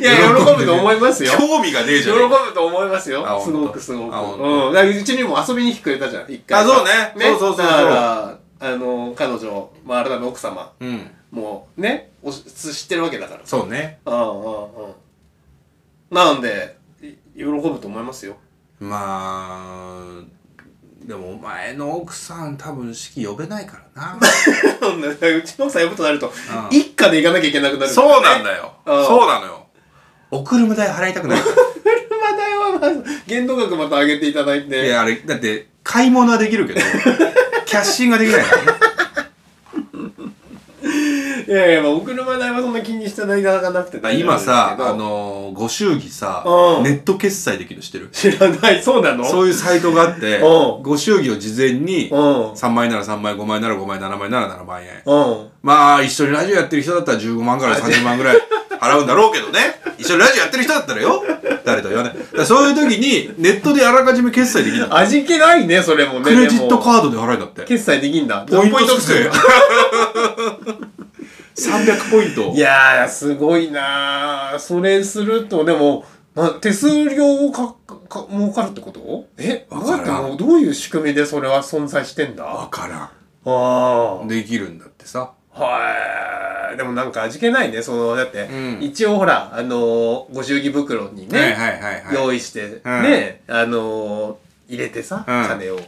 いや喜ぶと思います
え
よ
か。興味がねえじ
喜
ゃねえか。
ぶと思います
あ
よ。す
本当
ごくすごく。
あ本
うん。だからうちにも遊びに来てくれたじゃん、一回。
あそうねそうそうそうそう
だから、あの、彼女、まあ、改め奥様
うん。
もね、おし知ってるわけだから。
そうね。
うんうんうん。なんで、い喜ぶと思いますよ。
まあ、でもお前の奥さん多分式呼べないからな。
なんでだからうちの奥さん呼ぶとなると、一家で行かなきゃいけなくな る。
そうなんだよ。
うん
そうなのよ。お車代払いたくないか
車代はまず、限度額また上げていただい
ら。い
て。
や、あれ、だって、買い物はできるけ ど、キャッシングができないからね。
いやいや、まあ、お車代はそんな気にしていただかなくて大丈夫
今
ですけど。
さ、あのー、ご祝儀さ、
うん
ネット決済できるの知ってる
知らない、そうなの
そういうサイトがあって
う、ん
ご祝儀を事前に、
うん
3枚なら3枚、5枚なら5枚、7枚なら7万円。
うん。
まあ、一緒にラジオやってる人だったら15万から30万ぐらい払うんだろうけどね。一緒にラジオやってる人だったらよ。誰とは言わない。だからそういう時に、ネットであらかじめ決済できるの。
味気ないね、それもね。
クレジット
ー
カードで払いだって。
決済できんだ。
ポイント
得
つく
点。
300ポイント
い。やー、すごいなー。それすると、でも、な手数料をか、か、儲かるってことえ、
わ
分
からん
かってもどういう仕組みでそれは存在してんだ
わ
あ
から
あ
ん。。できるんだってさ。
はい。でもなんか味気ないね、その、だって、
うん
一応ほら、あのーご祝儀袋にね、
はいはいはいはい。
用意して、
うん
ね、あのー入れてさ、
うん
金を。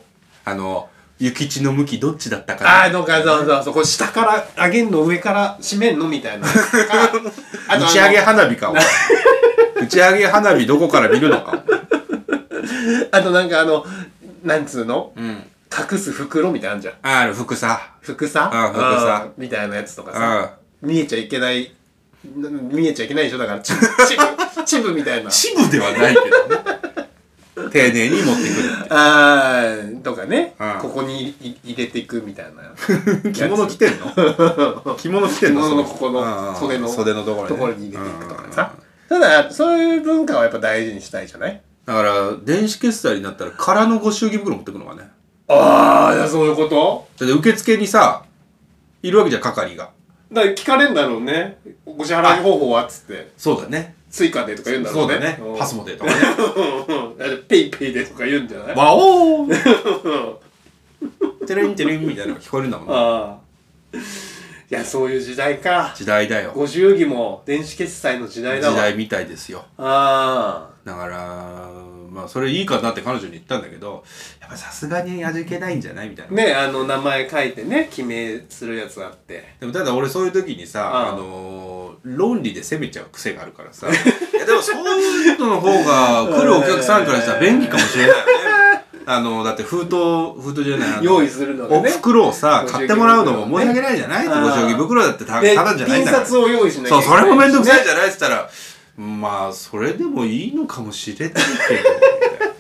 あの、諭吉の向きどっちだったかな
ああ、のか、そうそうそう、こう下から上げんの、上から締めんのみたいな。 あ
打ち上げ花火か、お 前打ち上げ花火どこから見るのか。
あとなんかあの、なんつうの
うん。
隠す袋みたいなのあんじゃん。
あの、服さ。
服さ
うん服さ
うんみたいなやつとか
う
さ。
ん。
見えちゃいけない、な見えちゃいけないでしょだから、 チブ、チブ、チブみたいな。
支部ではないけどね。丁寧に持ってくるって。
あー、とかね
うん。
ここにい入れていくみたいな。
着物着てんの 着物着てんの
着物の
そ
ここの袖の
袖のところね
ところに入れていくとか
うん
さ。ただ、そういう文化はやっぱ大事にしたいじゃない
だから、電子決済になったら空のご祝儀袋持ってくのがね。
あー、そういうこと
だって受付にさ、いるわけじゃん、係が。
だから聞かれんだろうね。ご支払い方法はっつって。
そうだね。
追加でとか言うんだろ
そうう
ね。
だね。パス モでとかね。
うんうん。だってペイペイでとか言うんじゃない
わおー てれんてれんみたいなのが聞こえるんだもんね。
ああ。いや、そういう時代か。
時代だよ。
ご祝儀も電子決済の時代だわ。
時代みたいですよ
あ
だからまあそれいいかなって彼女に言ったんだけどやっぱさすがに味気ないんじゃないみたい
あ。
な、
ねあの、名前書いてね、記名するやつあって。
でもただ俺そういう時にさあ
ああ
のー論理で攻めちゃう癖があるから さいやでもそういうのの方が来るお客さんからしたら便利かもしれないよねあのだって封筒封筒じゃないあの
用意するので
お
ね。
袋をさ
ご祝
買
儀袋
ってもらうのも申し訳ないじゃない
ああ
ご祝儀袋だってた
で
ただじゃないんだ
印
から
刷を用意しなきゃ
そうそれも面倒くさいじ
ゃ
ゃないっつったらまあそれでもいいのかもしれないけどみたい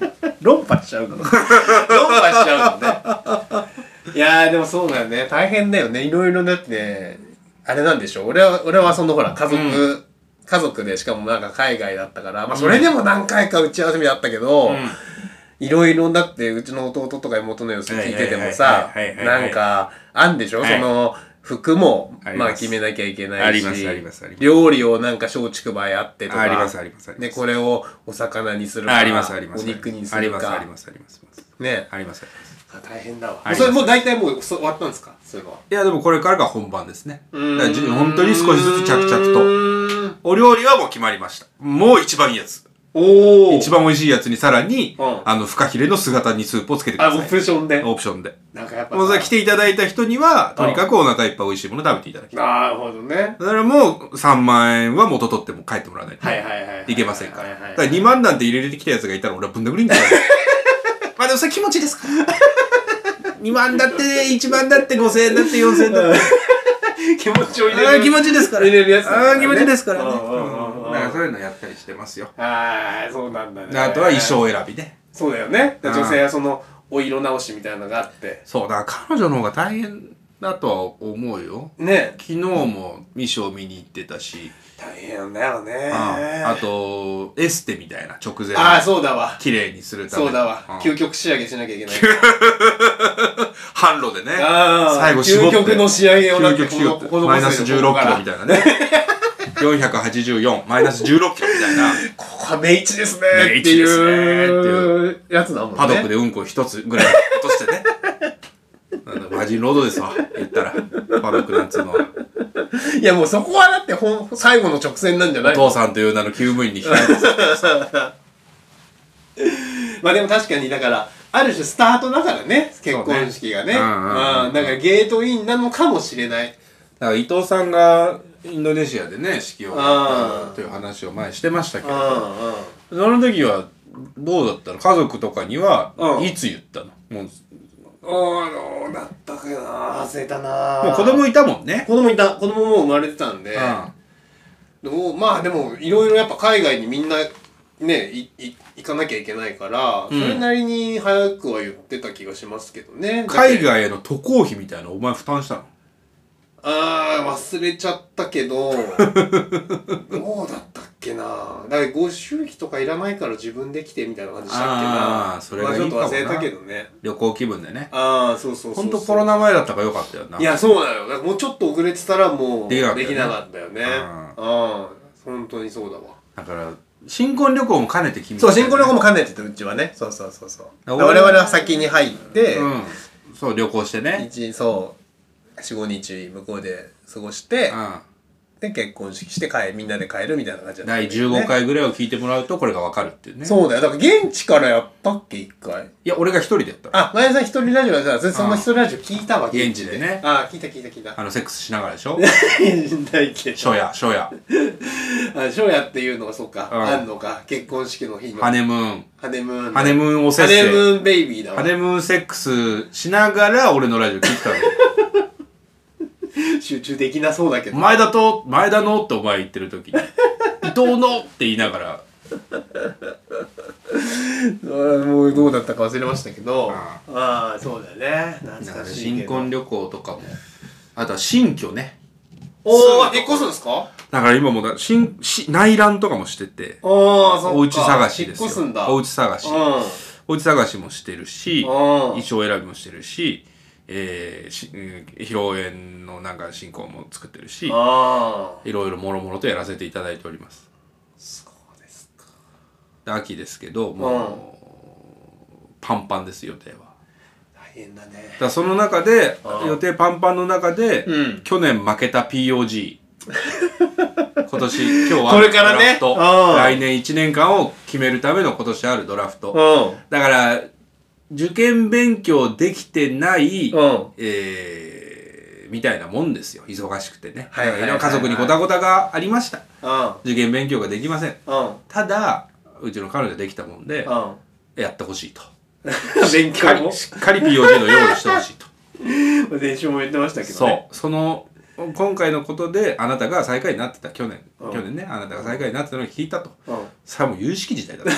な。
ん。論破しちゃ うの。論破しちゃうのね。いやー、でもそうだよね。大変だよね。いろいろだって、あれなんでしょう。俺は、俺はそのほら、家族家族でしかもなんか海外だったから、まあ、それでも何回か打ち合わせみたいだったけど、
ん
いろいろだってうちの弟とか妹の様子聞いててもさ
はいはいはいはいはいはい
なんかあんでしょ、
はい
その服も
あり
ま
ます
あ決めなきゃいけないし
ありますありますあります
料理をなんか松竹梅あってとか
ありますありますあります
ね、これをお魚にするか
ありますあります
お肉にす
あり
る
ますあ
か
りますありますあります
ね
ありますあります
あ大変だわ
あります
それもう大体もうそ終わったんですかそれはい
やでもこれからが本番ですねだからじ
うーん
本当に少しずつ着々と
うーん
お料理はもう決まりましたもう一番いいやつ
おお
一番美味しいやつにさらに、
うん
あのフカヒレの姿にスープをつけてくだ
あ
さい
オプションで
オプションで
なんかやっぱ
もうさ来ていただいた人には
うん
とにかくお腹いっぱい美味しいものを食べていただきたい
なるほどね
だからもう3万円は元取っても帰ってもらわないと
はいはいはいはい
いけませんから
はい
だ
はいはい
から2万なんて入れてきたやつがいたら俺はぶん殴りんじゃない まあでもそれ気持ちですから 2万だって1万だって5000円だって4000円だって
気持ちを入
あー
れる
気持ちですから
入れるやつだからね
あー気持ちですからね
うんうんうんうん
うんだからそういうのやったりしてますよ
ああそうなんだね
であとは衣装選びね
そうだよねで
うん
女性はそのお色直しみたいなのがあって
そうだから彼女の方が大変だとは思うよ
ね
昨日も衣装見に行ってたし、
大変だよね
ああとエステみたいな直前
ああそうだわ
綺麗にするため
そうだわ
ん
究極仕上げしなきゃいけない
販路でね
あー
最後絞って
究極の仕上げをな
究
んか
極仕様
この
マイナス16キロみたいなね484マイナス16キロみたいな
ここはメイチですね
メ
っ
イ
て
チですねって
いうやつだもんね
パドックでうんこ一つぐらい落としてねなんだマジンロードですわ言ったらパドックなんつうのはい
やもうそこはだってほん最後の直線なんじゃな
お
い
父さんという名の救務員に控えます
まあでも確かにだからある種スタートだからね結婚式がね
そううねうんうんうん
んだからゲートインなのかもしれない
だから伊藤さんがインドネシアでね式をや
う
っ
ん
たという話を前にしてましたけ
うんう
ど
ん
その時はどうだったの家族とかには
うん
いつ言ったのもう
あどうだったかな忘れたな
もう子供いたもんね
子供いた子供もう生まれてたんで
うん
でもまあでもいろいろやっぱ海外にみんなねいい行かなきゃいけないから、
うん
それなりに早くは言ってた気がしますけどね
海外への渡航費みたいなのお前負担したの
ああ忘れちゃった けどどうだったっけなだからご周費とかいらないから自分で来てみたいな感じしたっけな
あーそれがいい
まあ、
か
ち
も
ょ
な
っと忘れたけどね
旅行気分でね
ああそうそうそう
ほ
そ
ん
う
とコロナ前だったからよかったよない
やそうなのよだからもうちょっと遅れてたらもう
できなかったよ
で
ね
きなかったよねああ本当にそうだわ
だから新婚旅行も兼ねて君
そう、新婚旅行
も
も兼ねてて、うちはね。そうそうそうそう。
だ
我々は先に入って、
うんそう旅行してね
一、そう、四五日向こうで過ごして、
う
で、結婚式して帰、みんなで帰るみたいな感じだ
ん
ったんだ
第
よね、
15回ぐらいを聞いてもらうとこれがわかるっていうね
そうだよ。だから現地からやったっけ、一回。
いや俺が一人でやった
あ、前田さん一人ラジオだった。そんな一人ラジオ聞いたわ、
現地でね
あ、聞いた聞いた聞いた。
あのセックスしながらでしょ
ないけど
初夜初夜
あ、ショーやっていうのがそうか、
うん
あんのか。結婚式の日の。
ハネムーン
ハネムーン。
ハネムーンおせ
ハ
っ
ネム
せ
ーンベイビーだ
ハ
わ。
ネムーンセックスしながら俺のラジオ聞いてたの よ
集中できなそうだけど。
前田と前田のってお前言ってる時に 伊藤のって言いながら
あもうどうだったか忘れましたけど
あ
ああそうだよね懐
だか
からしいけ
新
ど
婚旅行とかもあとは新居ね
おお引っ越すんですか
だから今もだ新し内覧とかもしてて
おおそっか
お家探しですよ
引っ越すんだ
お家探し
うん
お家探しもしてるし
うん
衣装選びもしてるしえーしうん披露宴のなんか進行も作ってるし
ああ
いろいろもろもろとやらせていただいております
そうですか
で秋ですけどもうパンパンです予定は
大変だね
だからその中で
あ
予定パンパンの中で、
うん
去年負けた POG 今年今日は
これからね
ドラフ
うん
ト来年1年間を決めるための今年あるドラフト
ん
だから受験勉強できてない、
うん
えーみたいなもんですよ忙しくてね、
はいはいはいは
だ
い
から家族にごたごたがありました
うん
受験勉強ができません
うん
ただうちの彼女できたもんで
うん
やってほしいと
勉
しっかりしっかり POG の用意してほ しいと
も練習も言ってましたけど
そ
ね
うその今回のことであなたが最下位になってた去年、
うん
去年ねあなたが最下位になってたのを聞いたと
うん
それはもう有識時代だと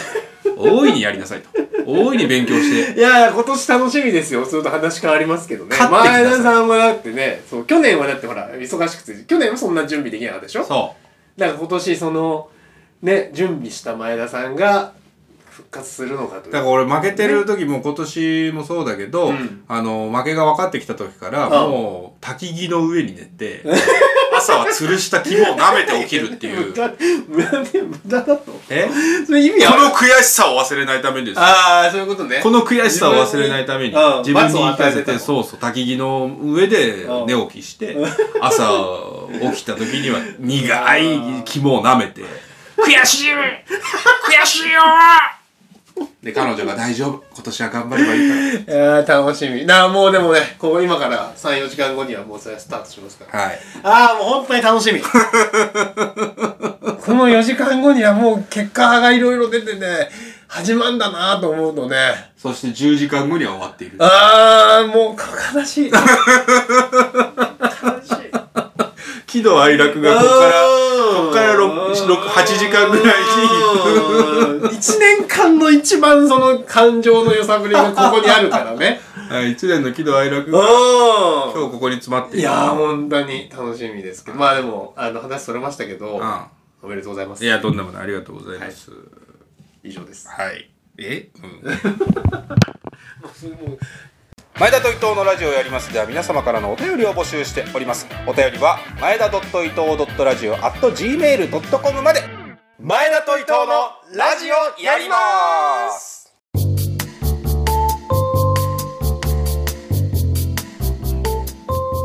大いにやりなさいと大いに勉強して
いやー今年楽しみですよ。それと話変わりますけどね。
勝ってきなさい
前田さんはだってね、そう、去年はだってほら、忙しくて、去年はそんな準備できなかったでしょ
そ
なんか今年そのね準備した前田さんが復活するのかという
だから俺負けてる時も今年もそうだけど、
うん
あの負けが分かってきた時から
あ
もう焚き木の上に寝て 朝は吊るした木を舐めて起きるっていう
無駄無駄で無駄だと
え
それ意味
こ
ある
の悔しさを忘れないためにです
ああそういうこと ね
この悔しさを忘れないために
うん
自分に言い返
罰を与
せ
えて
て
た
そうそう焚き木の上で
うん
寝起きして朝起きた時には苦い肝を舐めて 悔しい悔しいよで彼女が大丈夫今年は頑張ればいいから
いやー楽しみなあもうでもねこう今から34時間後にはもうそれスタートします から
はい。
ああもう本当に楽しみ この4時間後にはもう結果がいろいろ出てね始まんだなと思うとね
そして10時間後には終わっている。
ああもう悲しい悲しい
喜怒哀楽がここから、こっからろくしろく8時間ぐらい
に1年間の一番その感情の揺さぶりがここにあるからね
はい、1年の喜怒哀楽が今日ここに詰まってい
い
る。
やー本当に楽しみですけどまあでもあの話それましたけど、
う
おめでとうございま
ん。
す
いや、とんでもない。ありがとうございます。
以上です
はい。えうん。
もう
前田と伊藤のラジオをやりますでは皆様からのお便りを募集しておりますお便りは前田伊藤ラジオ at gmail.com まで前田と伊藤のラジオやります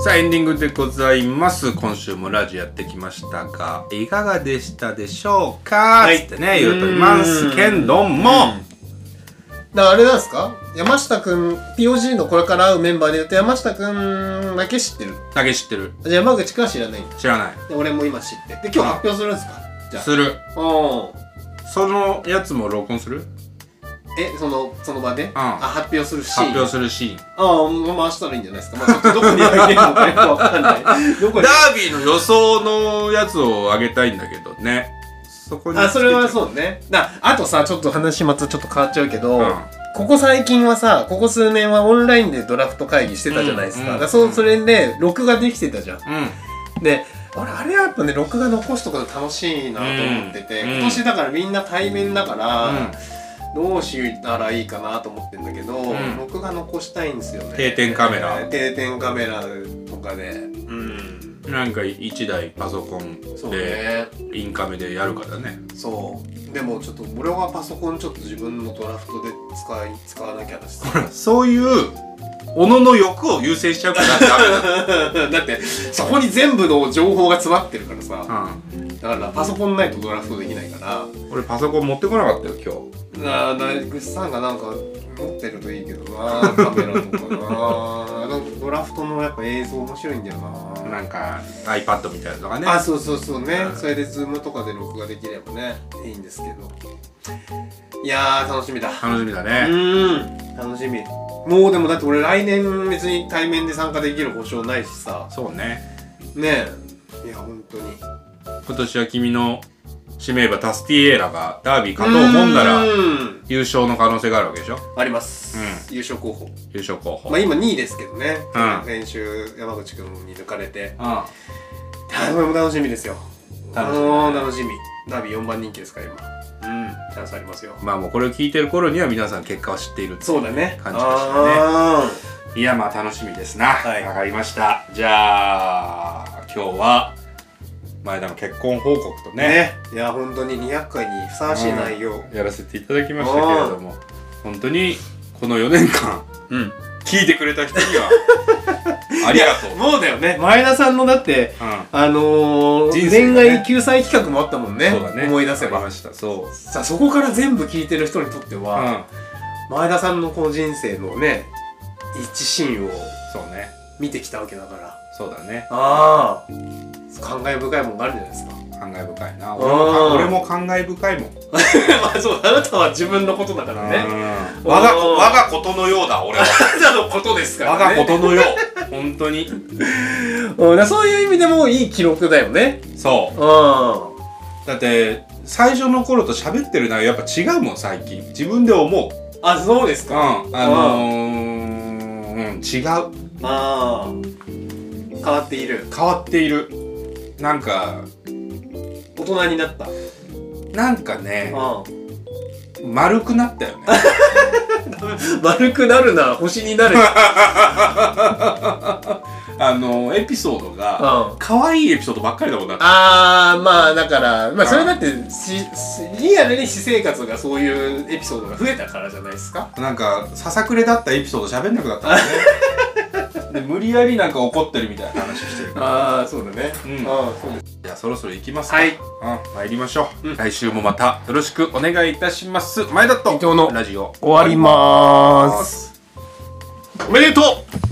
さあエンディングでございます今週もラジオやってきましたがいかがでしたでしょうか、
はい
つってね言うとりますけども、
だからあれなんですか山下くん POG のこれから会うメンバーで言うと山下くんだけ知ってる
だけ知ってる
じゃあ山口くんは知らない
知らない
で俺も今知ってで今日発表するんですかじゃあ
する
おー
そのやつも録音する
えそのその場で、あ発表するし
発表するシーン
ああ、まあ回したらいいんじゃないですか。まあ、ちょっとどこにあげるのかよくわかんない。どこに
ダービーの予想のやつをあげたいんだけどねそこに
あ、それはそうね。だあとさ、ちょっと話またちょっと変わっちゃうけど、
うん
ここ最近はさ、ここ数年はオンラインでドラフト会議してたじゃないですか。
うんうん
だからそそれで、録画できてたじゃん。
うん
で、俺、あれはやっぱね、録画残しとくの楽しいなと思ってて、
うん
今年だからみんな対面だから、
うん
どうしたらいいかなと思ってんだけど、
ん
録画残したいんですよね。
定点カメラ
えー定点カメラとかで。うん。
なんか一台パソコン
そう
で
ね。
インカメでやるからね
そうでもちょっと俺はパソコンちょっと自分のドラフトで使い使わなきゃだし
そういうおのの欲を優先しちゃうからダメだ
だってそこに全部の情報が詰まってるからさ
う
だからパソコンないとドラフトできないから
ん、俺パソコン持ってこなかったよ今日
なあ大工さんがなんか持ってるといいけどなカメラとかななんかドラフトのやっぱ映像面白いんだよな
なんか iPad みたいなのがね
あそうそうそうね、
うん
それでズームとかで録画できればねいいんですけどいやー楽しみだ
楽しみだね
うん楽しみもうでもだって俺来年別に対面で参加できる保証ないしさ
そうね
ねえいや本当に
今年は君の指名馬タスティエーラがダービー勝とうもんだら
うん
優勝の可能性があるわけでしょ
あります、
う
優勝候補
優勝候補
まあ今2位ですけどね、
うん
練習山口くんに抜かれて
あ
あこれも楽しみですよ
楽しみ
あのー楽しみダービー4番人気ですから今チャンスありますよ
まあもうこれを聞いてる頃には皆さん結果を知っている
そうだね
感じましたね
あ
いやまあ楽しみですなわ、
はい
かりましたじゃあ今日は前田の結婚報告と
ーね
ね
いや本当に200回にふさわしい内容、
やらせていただきましたけれども本当にこの4年間
うん
聞いてくれた人に はありがとう、うん、
そうだよね前田さんのだってあのー
人生がね
恋愛救済企画もあったもんね
そうだね
思い出せ
あり
ば
ましたそ
さあそこから全部聞いてる人にとって
う、うん
は、、前田さんのこの人生のね一シーンを
そうね
見てきたわけだから
そうだね
ああ感慨深いもんがあるんじゃないですか
感慨深いな
うん
俺も俺も感慨深いもん、
まあそうあなたは自分のことだか
うん
らね
我が子我がことのようだ俺は
あなたのことですか
我
ら
が
ね
ことのよう本当に
うんだからそういう意味でもいい記録だよね
そう
うんは
だって最初の頃と喋ってる内容やっぱ違うもん最近自分で思う
あそうです
うん
か
あのー、うん違う
ああ変わっている
変わっているなんか
大人になった。
なんかね
う
丸くなったよ ね
ん。丸くなるな、星になれ。う
あのエピソードが
ん。
可愛いエピソードばっかりだもんな
あー、まあだから、まあそれだってし、しリアルに私生活がそういうエピソードが増えたからじゃないですか。
なんかささくれだったエピソード喋んなくなったもん ねで無理やりなんか怒ってるみたいな話してる
ああ、そうだね。
う
うんん。そう
じゃあそろそろ行きますか
はい
うん、参りましょう、
うん
来週もまたよろしくお願いいたします前田と伊
藤の
ラジオ
終わりまーす。おめでとう